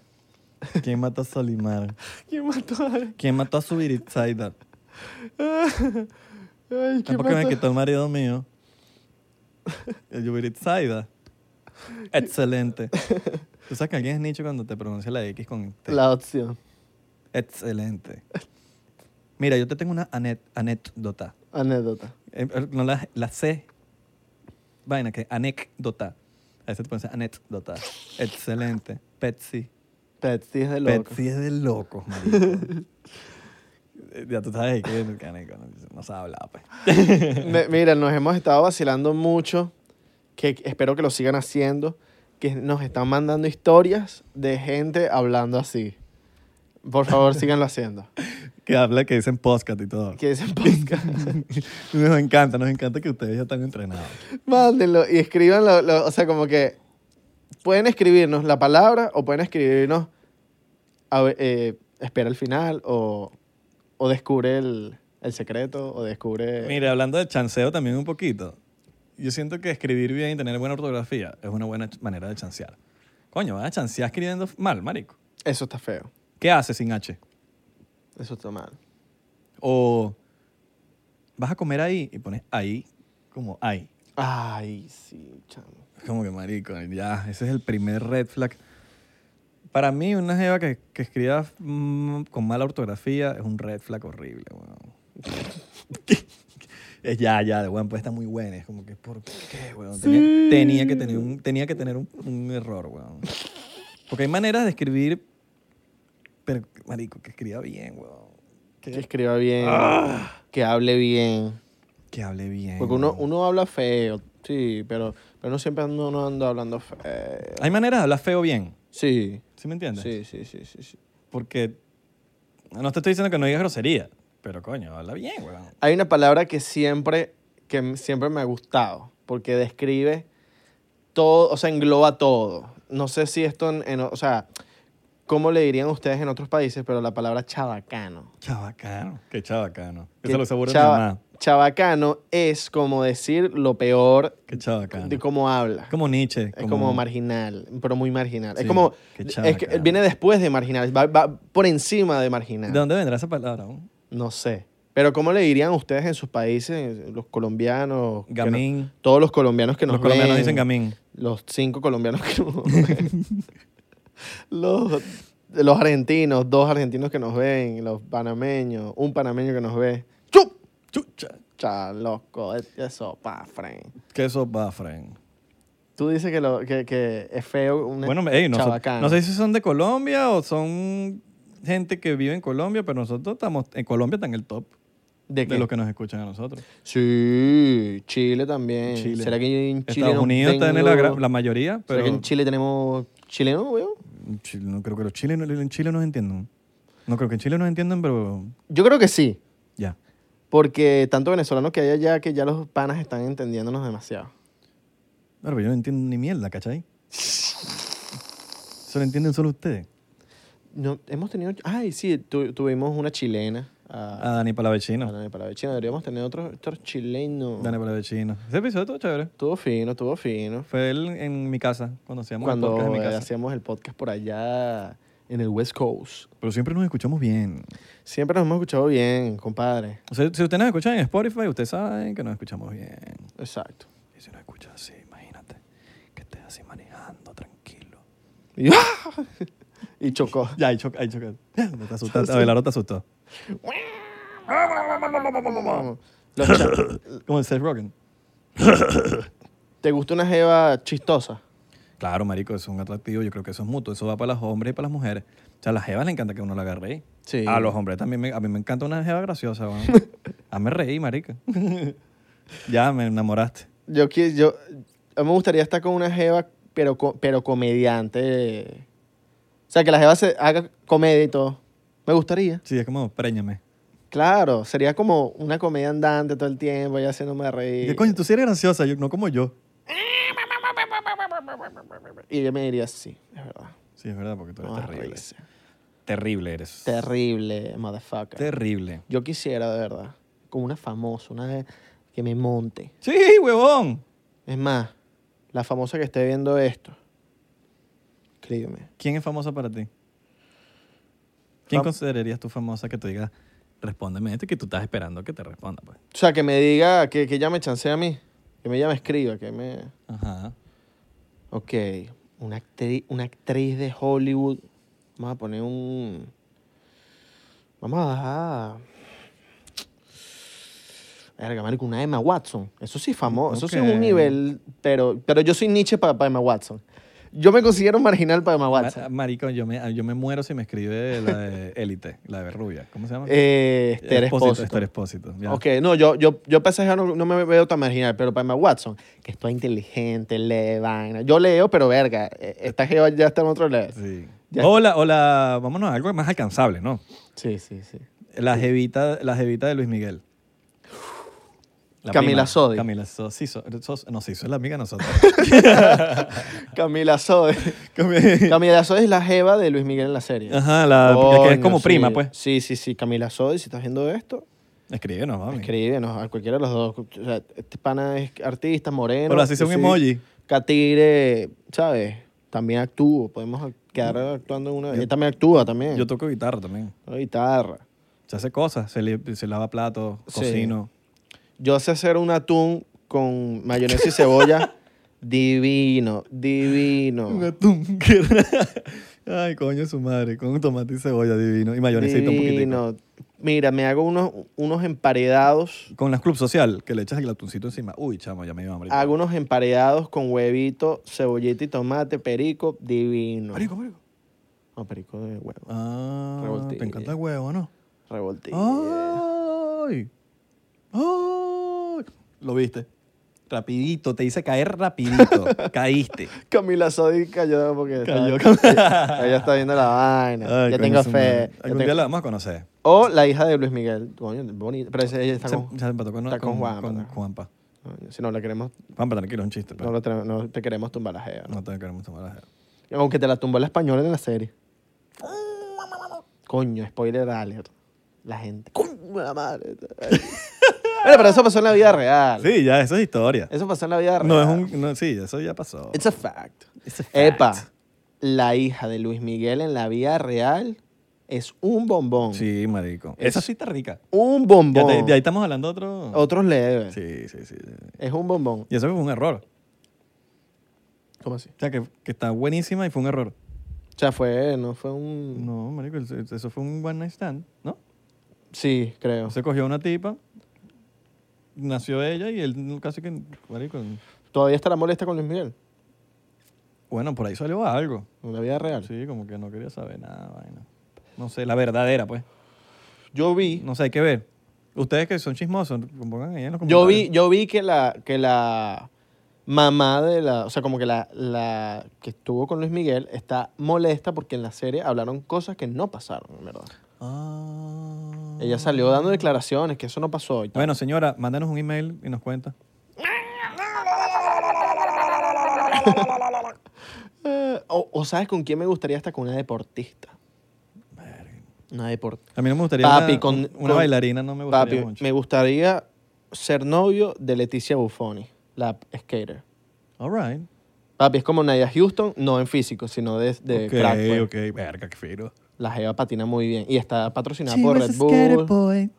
A: ¿Quién mató a Solimar?
B: ¿Quién mató a...
A: ¿Quién mató a Subiritsaida?
B: Ay, ¿quién
A: Tampoco me
B: mató?
A: quitó el marido mío. El Subiritsaida. Excelente. Tú sabes que alguien es nicho cuando te pronuncia la X con T.
B: La opción.
A: Excelente. Mira, yo te tengo una anet- anécdota.
B: Anécdota.
A: Eh, eh, No la, la C. Vaina que anécdota. A veces te pones anécdota. Excelente. Pepsi.
B: Pepsi es de loco.
A: Pepsi es de locos, marico. Eh, ya tú sabes que el mecánico no, no sabe hablar, pues.
B: Me- mira, nos hemos estado vacilando mucho, que espero que lo sigan haciendo, que nos están mandando historias de gente hablando así. Por favor, síganlo haciendo.
A: Que habla, que dicen podcast y todo.
B: Que dicen podcast.
A: Nos encanta, nos encanta que ustedes ya están entrenados.
B: Mándenlo y escríbanlo. lo- o sea, como que pueden escribirnos la palabra o pueden escribirnos a ver, eh, espera el final o, o descubre el, el secreto o descubre...
A: Mire, hablando de chanceo también un poquito. Yo siento que escribir bien y tener buena ortografía es una buena ch- manera de chancear. Coño, vas a chancear escribiendo mal, marico.
B: Eso está feo.
A: ¿Qué haces sin H?
B: Eso está mal.
A: O vas a comer ahí y pones ahí como ahí.
B: Ay, sí, chamo.
A: Es Como que marico, ya, ese es el primer red flag. Para mí, una jeva que, que escriba mm, con mala ortografía es un red flag horrible, weón. Es ya, ya, de weón, pues está muy buena. Es como que, ¿por qué, weón? Tenía, tenía que tener, un, tenía que tener un, un error, weón. Porque hay maneras de escribir, pero, marico, que escriba bien, weón.
B: Que escriba bien, que hable bien.
A: Que hable bien.
B: Porque uno,
A: weón.
B: uno habla feo, sí, pero, pero no siempre ando- uno anda hablando feo.
A: Hay maneras de hablar feo bien,
B: Sí,
A: ¿sí me entiendes?
B: sí, sí, sí, sí, sí.
A: Porque no te estoy diciendo que no digas grosería, pero coño, habla bien, weón.
B: Hay una palabra que siempre, que m- siempre me ha gustado, porque describe todo, o sea, engloba todo. No sé si esto, en, en- o sea, cómo le dirían ustedes en otros países, pero la palabra chabacano.
A: Chabacano. Qué chabacano.
B: Que
A: Eso lo seguro
B: chava-
A: mi mamá.
B: Chabacano es como decir lo peor
A: Qué chabacano.
B: de cómo habla.
A: como Nietzsche.
B: Es como, marginal, pero muy marginal. es
A: Sí,
B: como.
A: qué
B: es que
A: chabacano.
B: viene después de marginal, va, va por encima de marginal.
A: ¿De dónde vendrá esa palabra? weón?
B: No sé. Pero, ¿cómo le dirían ustedes en sus países, los colombianos? que no-
A: Gamín.
B: todos los colombianos que nos
A: Los colombianos
B: ven,
A: dicen gamín.
B: Los cinco colombianos que nos ven. los, los argentinos, dos argentinos que nos ven, los panameños, un panameño que nos ve. ¡Chup!
A: Chucha.
B: Cha, loco, eso, pa, friend.
A: Queso bafren.
B: Tú dices que, lo, que, que es feo un
A: Bueno, ey, no, so-
B: chabacano.
A: no sé si son de Colombia o son gente que vive en Colombia, pero nosotros estamos en Colombia está en el top
B: ¿De
A: de
B: qué?
A: los que nos escuchan a nosotros.
B: Sí, Chile también.
A: Chile.
B: Eh, ¿Será que en Chile
A: Estados
B: no
A: Unidos está en la,
B: tengo-
A: gra- la mayoría,
B: ¿Será
A: pero
B: que en Chile tenemos chilenos, weón?
A: Chile- no creo que los chilenos en Chile nos entiendan. No creo que en Chile nos entiendan, pero
B: Yo creo que sí,
A: ya.
B: porque tanto venezolano que hay allá que ya los panas están entendiéndonos demasiado.
A: Claro, pero yo no entiendo ni mierda, ¿cachai? Eso lo entienden solo ustedes.
B: No, hemos tenido, ay, sí, tu- tuvimos una chilena. ah,
A: A
B: A,
A: Ah, Dani Palavecino.
B: Ana de Palavecino. deberíamos tener otro, otro chileno.
A: Dani Palavecino. Ese episodio estuvo chévere.
B: Estuvo fino, estuvo fino.
A: Fue él en mi casa, cuando hacíamos el
B: Cuando
A: podcast en mi
B: eh,
A: casa.
B: hacíamos el podcast por allá en el West Coast.
A: Pero siempre nos escuchamos bien.
B: Siempre nos hemos escuchado bien, compadre.
A: O sea, si ustedes nos escuchan en Spotify, ustedes saben que nos escuchamos bien.
B: Exacto.
A: Y si nos escuchas así, imagínate que estés así manejando, tranquilo.
B: Y, "Ah", y chocó.
A: Ya, ahí choca, ahí choca. Me te asustaste. Abelardo te asustó.
B: Los cha-
A: Como el Seth Rogen.
B: ¿Te gusta una jeva chistosa?
A: Claro, marico, eso es un atractivo. Yo creo que eso es mutuo. Eso va para los hombres y para las mujeres. O sea, a las jevas les encanta que uno la agarre reír.
B: Sí.
A: A los hombres también. me- a mí me encanta una jeva graciosa, weón. Hazme reír, marico. ya, me enamoraste.
B: Yo, qui- yo, a mí me gustaría estar con una jeva, pero, co- pero comediante. O sea, que la jeva se haga comedia y todo. Me gustaría.
A: Sí, es como, préñame.
B: Claro, sería como una comedia andante todo el tiempo, ya haciéndome
A: Y
B: reír.
A: que, coño, tú sí eres graciosa, yo, no como yo.
B: Y ella me diría, sí, es verdad.
A: Sí, es verdad, porque tú eres
B: No, es
A: terrible.
B: risa.
A: Terrible eres.
B: Terrible, motherfucker.
A: terrible.
B: yo quisiera, de verdad, con una famosa, una que me monte.
A: Sí, huevón.
B: Es más, la famosa que esté viendo esto, escríbeme.
A: ¿Quién es famosa para ti? ¿Quién
B: Fam-
A: considerarías tú famosa que te diga, respóndeme esto y que tú estás esperando que te responda, pues?
B: O sea, que me diga, que, que ella me chancee a mí. Que me ella me escriba, que me...
A: Ajá.
B: Ok, una, actri- una actriz de Hollywood. Vamos a poner un... Vamos a Verga, marico, una Emma Watson. Eso sí es famoso. Eso sí
A: Ok.
B: es un nivel, pero, pero yo soy Nietzsche para Emma Watson. Yo me considero marginal para Emma Watson.
A: Ma- Marico, yo me, yo me muero si me escribe la de Élite, la de Berrubia. ¿Cómo se llama?
B: Eh, Esther Expósito.
A: Esther Expósito. ya.
B: Ok, no, yo, yo, yo pensé que no, no me veo tan marginal, pero para Emma Watson, que es toda inteligente, lee vaina. Yo leo, pero verga, eh, esta jeva ya está en otro level.
A: Sí.
B: Ya.
A: Hola, hola. Vámonos a algo más alcanzable, ¿no?
B: Sí, sí, sí.
A: La jevita, la jevita de Luis Miguel.
B: Camila Sodi.
A: Camila Sodi. Sí, so- sos- no, sí, sos la amiga de nosotros.
B: Camila Sode. Camila Sode es la jeva de Luis Miguel en la serie.
A: Ajá, la que es
B: Coño,
A: como
B: sí.
A: prima, pues.
B: Sí, sí, sí. Camila Sode, si estás viendo esto,
A: Escríbenos, mami.
B: escríbenos a cualquiera de los dos. O sea, este pana es artista, moreno.
A: Hola, así sea un
B: yo soy
A: emoji.
B: Catire, ¿sabes? También actúo. Podemos quedar actuando en una... Ella también actúa también.
A: Yo toco guitarra también.
B: Toco guitarra.
A: Se hace cosas, se, li- se lava platos,
B: Sí.
A: cocino.
B: Yo sé hacer un atún con mayonesa y cebolla. divino,
A: Un
B: divino.
A: atún que- Ay, coño, su madre. Con un tomate y cebolla divino. Y mayonesita un poquitito.
B: Divino. Mira, me hago unos, unos emparedados.
A: Con las club social, que le echas el atuncito encima. Uy, chamo, ya me dio hambre.
B: Hago unos emparedados con huevito, cebollita y tomate, perico, divino.
A: Marico, marico.
B: No, perico de huevo.
A: Ah,
B: Revoltilla.
A: te encanta el huevo, ¿no?
B: Revoltillo.
A: Ah. ¡Ay! ¡Ay! Lo viste. Rapidito, te hice caer rapidito. Caíste.
B: Camila Sodi cayó porque
A: Cayó.
B: Está, ella está viendo la vaina.
A: Ay, coño,
B: ya tengo
A: su
B: fe.
A: madre.
B: ya
A: Algún
B: tengo-
A: día la vamos a conocer.
B: O la hija de Luis Miguel. Coño, bonita. Pero ese- ella está
A: Se-
B: con...
A: se empató con,
B: está con Juanpa.
A: Con Juanpa.
B: Coño, Si no la queremos
A: Juanpa, tranquilo, un chiste. pero
B: No, lo tenemos- no te queremos tumbar la jeva. ¿no?
A: No te queremos tomar la
B: Aunque te la tumbó la española en la serie. Coño, spoiler alert. La gente. ¡Coño, la madre! Bueno, pero eso pasó en la vida real.
A: Sí, ya, eso es historia.
B: Eso pasó en la vida real.
A: No es un. no, sí, eso ya pasó.
B: It's a fact.
A: It's a fact.
B: Epa, la hija de Luis Miguel en la vida real es un bombón.
A: Sí, marico.
B: Es-
A: Esa sí está rica.
B: Un
A: Ya
B: bombón.
A: te- de ahí estamos hablando de otro.
B: Otros leves.
A: Sí, sí, sí. sí.
B: Es un bombón.
A: Y eso fue un error.
B: ¿Cómo así?
A: O sea, que, que está buenísima y fue un error.
B: O sea, fue, no fue un...
A: No, marico, eso- eso fue un one night stand, ¿no?
B: Sí, creo.
A: Se cogió una tipa, nació ella y él casi que, marico,
B: Todavía estará molesta con Luis Miguel.
A: bueno, por ahí salió algo.
B: En la vida real.
A: Sí, como que no quería saber nada, vaina. No sé, la verdadera, pues.
B: Yo vi,
A: No sé, hay que ver. Ustedes que son chismosos, pongan ahí en los comentarios.
B: yo vi, yo vi que la, que la mamá de la, o sea, como que la, la que estuvo con Luis Miguel está molesta porque en la serie hablaron cosas que no pasaron, en verdad.
A: Ah.
B: Ella salió dando declaraciones que eso no pasó. y tal.
A: Bueno, señora, mándanos un email y nos cuenta.
B: Eh, o, o sabes con quién me gustaría estar con una deportista. Una deportista.
A: A mí no me gustaría
B: Papi,
A: una,
B: con-
A: un- una
B: con-
A: bailarina, no me gustaría
B: Papi,
A: mucho.
B: me gustaría ser novio de Leticia Buffoni, la skater.
A: All right.
B: Papi, es como Nadia Houston, no en físico, sino de, de
A: ok,
B: crack, pues.
A: ok. Verga, qué fino.
B: La Jeva patina muy bien. Y está patrocinada por Red Bull.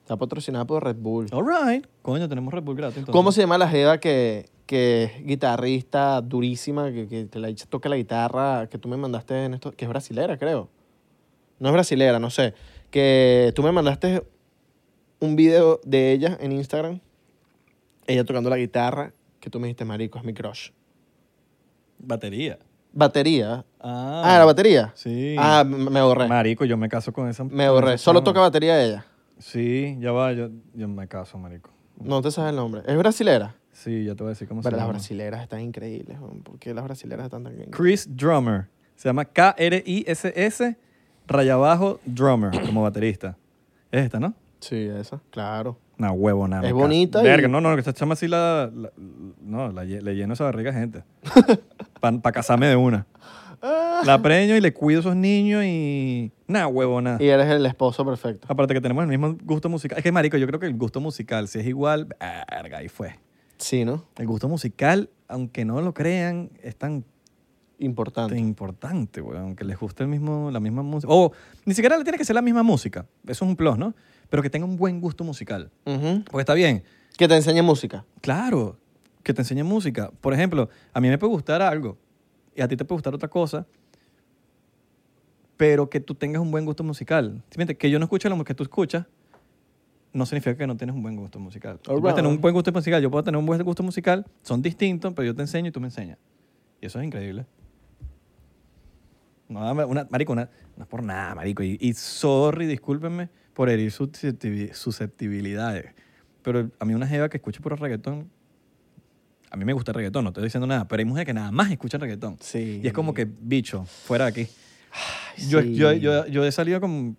B: Está patrocinada por Red Bull.
A: All right. Coño, tenemos Red Bull gratis. Oh, entonces.
B: ¿Cómo se llama la Jeva que, que es guitarrista durísima, que, que te la dicha toca la guitarra que tú me mandaste en esto? Que es brasilera, creo. No es brasilera, no sé. Que tú me mandaste un video de ella en Instagram. Ella tocando la guitarra, que tú me dijiste, marico, es mi crush.
A: Batería.
B: Batería.
A: Ah,
B: Ah, la batería.
A: Sí.
B: Ah, me me borré.
A: Marico, yo me caso con esa.
B: Me
A: con
B: borré.
A: esa
B: Solo
A: chama.
B: toca batería ella.
A: Sí, ya va, yo, yo me caso, marico.
B: No te sabes el nombre. ¿Es brasilera?
A: Sí, ya te voy a decir cómo
B: Pero
A: se
B: las
A: llama.
B: brasileras están increíbles. weón. ¿Por qué las brasileras están tan increíbles?
A: Chris Drummer. Se llama K-R-I-S-S, rayabajo drummer, como baterista. Es esta, ¿no?
B: Sí, esa. Claro.
A: Una huevo, nada.
B: Es bonita y-
A: Verga, no, no, que esta chama así la. la- no, la lle- le lleno esa barriga a gente. Para casarme de una. La preño y le cuido a esos niños y. Nada, huevo, nada.
B: Y eres el esposo perfecto.
A: Aparte que tenemos el mismo gusto musical. Es que, marico, yo creo que el gusto musical, si es igual, verga, ahí fue.
B: Sí, ¿no?
A: El gusto musical, aunque no lo crean, es tan, tan
B: Importante.
A: importante, weón. Aunque les guste el mismo, la misma música. O ni siquiera le tiene que ser la misma música. Eso es un plus, ¿no? Pero que tenga un buen gusto musical.
B: Ujú.
A: Porque está bien.
B: Que te enseñe música.
A: Claro, que te enseñe música. Por ejemplo, a mí me puede gustar algo y a ti te puede gustar otra cosa, pero que tú tengas un buen gusto musical. Simplemente que yo no escuche lo que tú escuchas, no significa que no tienes un buen gusto musical. Tú
B: Alright.
A: puedes tener un buen gusto musical, yo puedo tener un buen gusto musical, son distintos, pero yo te enseño y tú me enseñas. Y eso es increíble. No, una, marico, una- no es por nada, marico. Y, y sorry, discúlpenme por herir susceptibi- susceptibilidades. Pero a mí una jeva que escucha puro reggaetón, a mí me gusta el reggaetón, no estoy diciendo nada, pero hay mujeres que nada más escuchan reggaetón.
B: Sí.
A: Y es como que, bicho, fuera de aquí.
B: Ay,
A: Yo,
B: sí.
A: yo, yo, yo he salido con...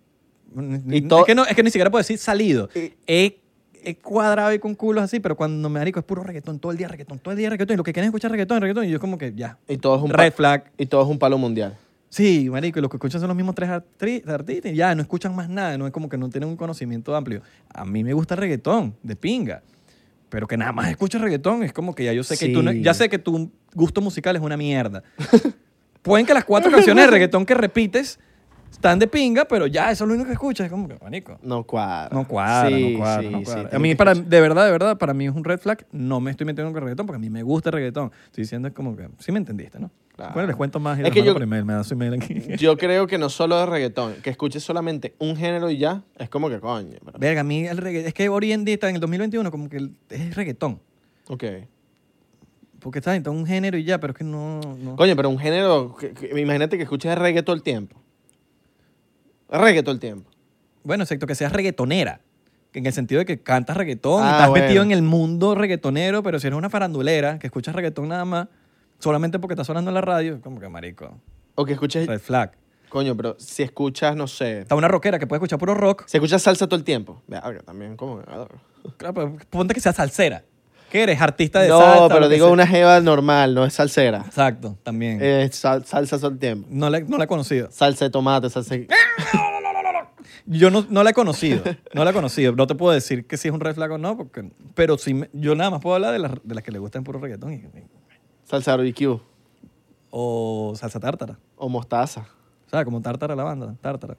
B: Y
A: es,
B: to-
A: que no, es que ni siquiera puedo decir salido.
B: Y-
A: He, he cuadrado y con culos así, pero cuando me arico es puro reggaetón, todo el día reggaetón, todo el día reggaetón, y lo que quieren es escuchar reggaetón, reggaetón, y yo es como que ya.
B: Y todo es un pa-
A: Red flag.
B: Y todo es un palo mundial.
A: Sí, marico, y los que escuchan son los mismos tres artri- artistas y ya, no escuchan más nada, no es como que no tienen un conocimiento amplio. A mí me gusta el reggaetón, de pinga, pero que nada más escuches reggaetón, es como que ya yo sé que tú, no-
B: Sí.
A: ya sé que tu gusto musical es una mierda. Pueden que las cuatro canciones de reggaetón que repites están de pinga, pero ya, eso es lo único que escuchas, es como que, marico,
B: No cuadra.
A: no cuadra,
B: Sí,
A: no cuadra,
B: sí,
A: no
B: sí,
A: cuadra. a
B: tiene
A: mí,
B: que
A: para,
B: escuchar.
A: de verdad, de verdad, para mí es un red flag, no me estoy metiendo con el reggaetón porque a mí me gusta el reggaetón. Estoy diciendo es como que, sí me entendiste, ¿no?
B: Claro.
A: Bueno, les cuento más y
B: Es
A: les
B: que
A: mando
B: yo-
A: por email, me da su email aquí.
B: Yo creo que no solo de reggaetón, que escuches solamente un género y ya, es como que coño. bro.
A: Verga, a mí el reggaetón. Es que hoy en día, está en el 2021, como que el- es reggaetón.
B: Ok.
A: Porque está en todo un género y ya, pero es que no. no.
B: Coño, pero un género, que- que- imagínate que escuches reggae todo el tiempo. Reggae todo el tiempo.
A: Bueno, excepto que seas reggaetonera. que En el sentido de que cantas reggaetón y
B: Ah,
A: estás
B: bueno.
A: metido en el mundo reggaetonero, pero si eres una farandulera que escuchas reggaetón nada más, solamente porque está sonando en la radio, como que marico.
B: O que escuches,
A: Red flag.
B: coño, pero si escuchas, no sé,
A: Está una rockera que puede escuchar puro rock.
B: si escuchas salsa todo el tiempo, verga, también como que, ah,
A: Claro, pero ponte que sea salsera. ¿Qué eres? Artista de
B: No,
A: salsa. lo
B: pero
A: que
B: digo
A: sea.
B: una Eh. jeva normal, no es salsera.
A: Exacto, también.
B: Es sal- salsa todo el tiempo.
A: No, la, no la he conocido.
B: Salsa de tomate, salsa de...
A: Yo no, no la he conocido, no la he conocido. No te puedo decir que si es un red flag o no, porque, pero sí me- yo nada más puedo hablar de las, de las que le gustan puro reggaetón y- y-
B: salsa barbecue
A: o salsa tártara.
B: o mostaza.
A: O sea, como tártara la banda, tártara.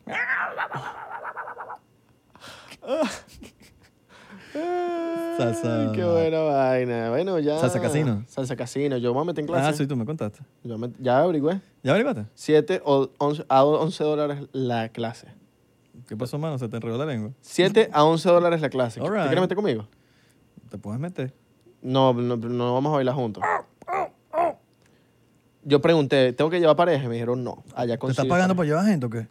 A: salsa...
B: Ay, qué buena vaina. Bueno, ya.
A: Salsa casino.
B: Salsa casino. Yo me voy a meter en clase.
A: Ah, sí, tú me contaste.
B: Yo me- ya averigüé.
A: ¿Ya averiguaste?
B: 7 o 11, a 11 dólares la clase.
A: ¿Qué pasó, mano? Se te enredó la lengua.
B: 7 a 11 dólares la clase. ¿Te
A: All right.
B: quieres meter conmigo?
A: ¿Te puedes meter?
B: No, no, no vamos a bailar juntos. Yo pregunté, ¿tengo que llevar pareja? Y me dijeron, no.
A: ¿Te
B: Allá
A: estás
B: consigues
A: pagando
B: pareja.
A: por llevar gente o qué?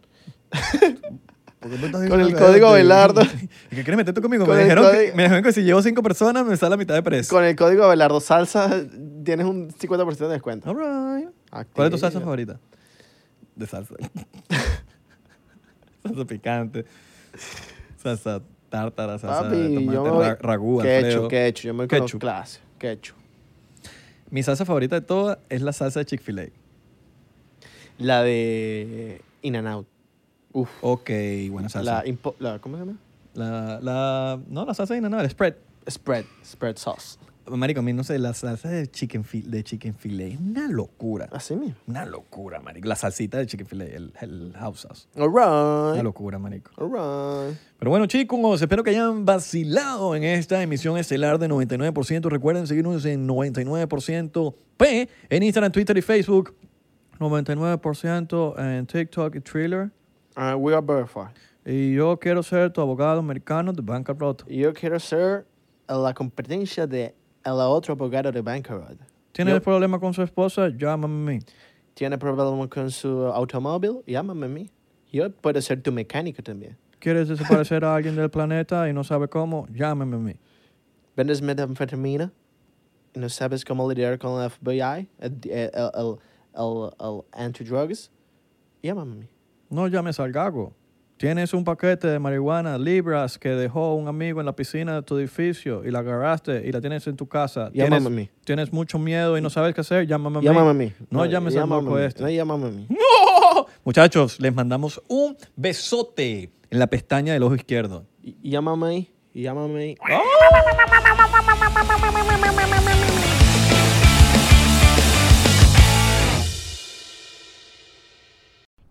A: ¿Por qué me estás
B: Con
A: diciendo
B: el
A: que
B: código
A: gente?
B: Abelardo.
A: ¿Y qué quieres meterte conmigo?
B: Con
A: me,
B: el
A: dijeron que,
B: código-
A: me dijeron que si llevo cinco personas me sale la mitad de precio.
B: Con el código Belardo Salsa tienes un 50% de descuento.
A: All right.
B: Activa.
A: ¿Cuál es tu salsa favorita? De salsa. salsa picante. Salsa tártara, salsa de
B: Papi,
A: tomate,
B: yo me voy...
A: ra- ragú,
B: Ketchup,
A: Alfredo.
B: ketchup. Yo me voy con
A: Ketchup.
B: clase. Ketchup.
A: Mi salsa favorita de todas es la salsa de Chick-fil-A.
B: La de In and Out. Uf.
A: Ok, buena salsa.
B: La, impo- la- ¿Cómo se llama?
A: La, la- no, la salsa de no, el spread.
B: Spread. Spread sauce.
A: Marico, a mí no sé, la salsa de chicken, fil- de chicken filet es una locura.
B: Así mismo.
A: Una locura, marico. La salsita de chicken filet, el, el house sauce.
B: All right.
A: Una locura, marico.
B: All right.
A: Pero bueno, chicos, espero que hayan vacilado en esta emisión estelar de 99%. Recuerden seguirnos en 99% P en Instagram, Twitter y Facebook. 99% en TikTok y Thriller.
B: Uh, we are verified.
A: Y yo quiero ser tu abogado americano de bancarrota.
B: Y Yo quiero ser la competencia de el otro abogado de Bankerod.
A: ¿Tienes
B: Yo-
A: problema con su esposa? Llámame a mí.
B: ¿Tiene problemas con su automóvil? Llámame a mí. Yo puedo ser tu mecánico también.
A: ¿Quieres desaparecer a alguien del planeta y no sabe cómo? Llámame a mí.
B: ¿Vendes metanfetamina? ¿Y no sabes cómo lidiar con el FBI? ¿El, el, el, el, el antidrugs? Llámame a mí.
A: No llames al gago. Tienes un paquete de marihuana libras que dejó un amigo en la piscina de tu edificio y la agarraste y la tienes en tu casa.
B: Llámame
A: tienes,
B: a mí.
A: Tienes mucho miedo y no sabes qué hacer. Llámame a mí.
B: Llámame a mí.
A: No llames al
B: llámame
A: marco
B: a mí.
A: este.
B: No llámame a mí.
A: Muchachos, les mandamos un besote en la pestaña del ojo izquierdo.
B: Y- Llámame ahí. Llámame ahí.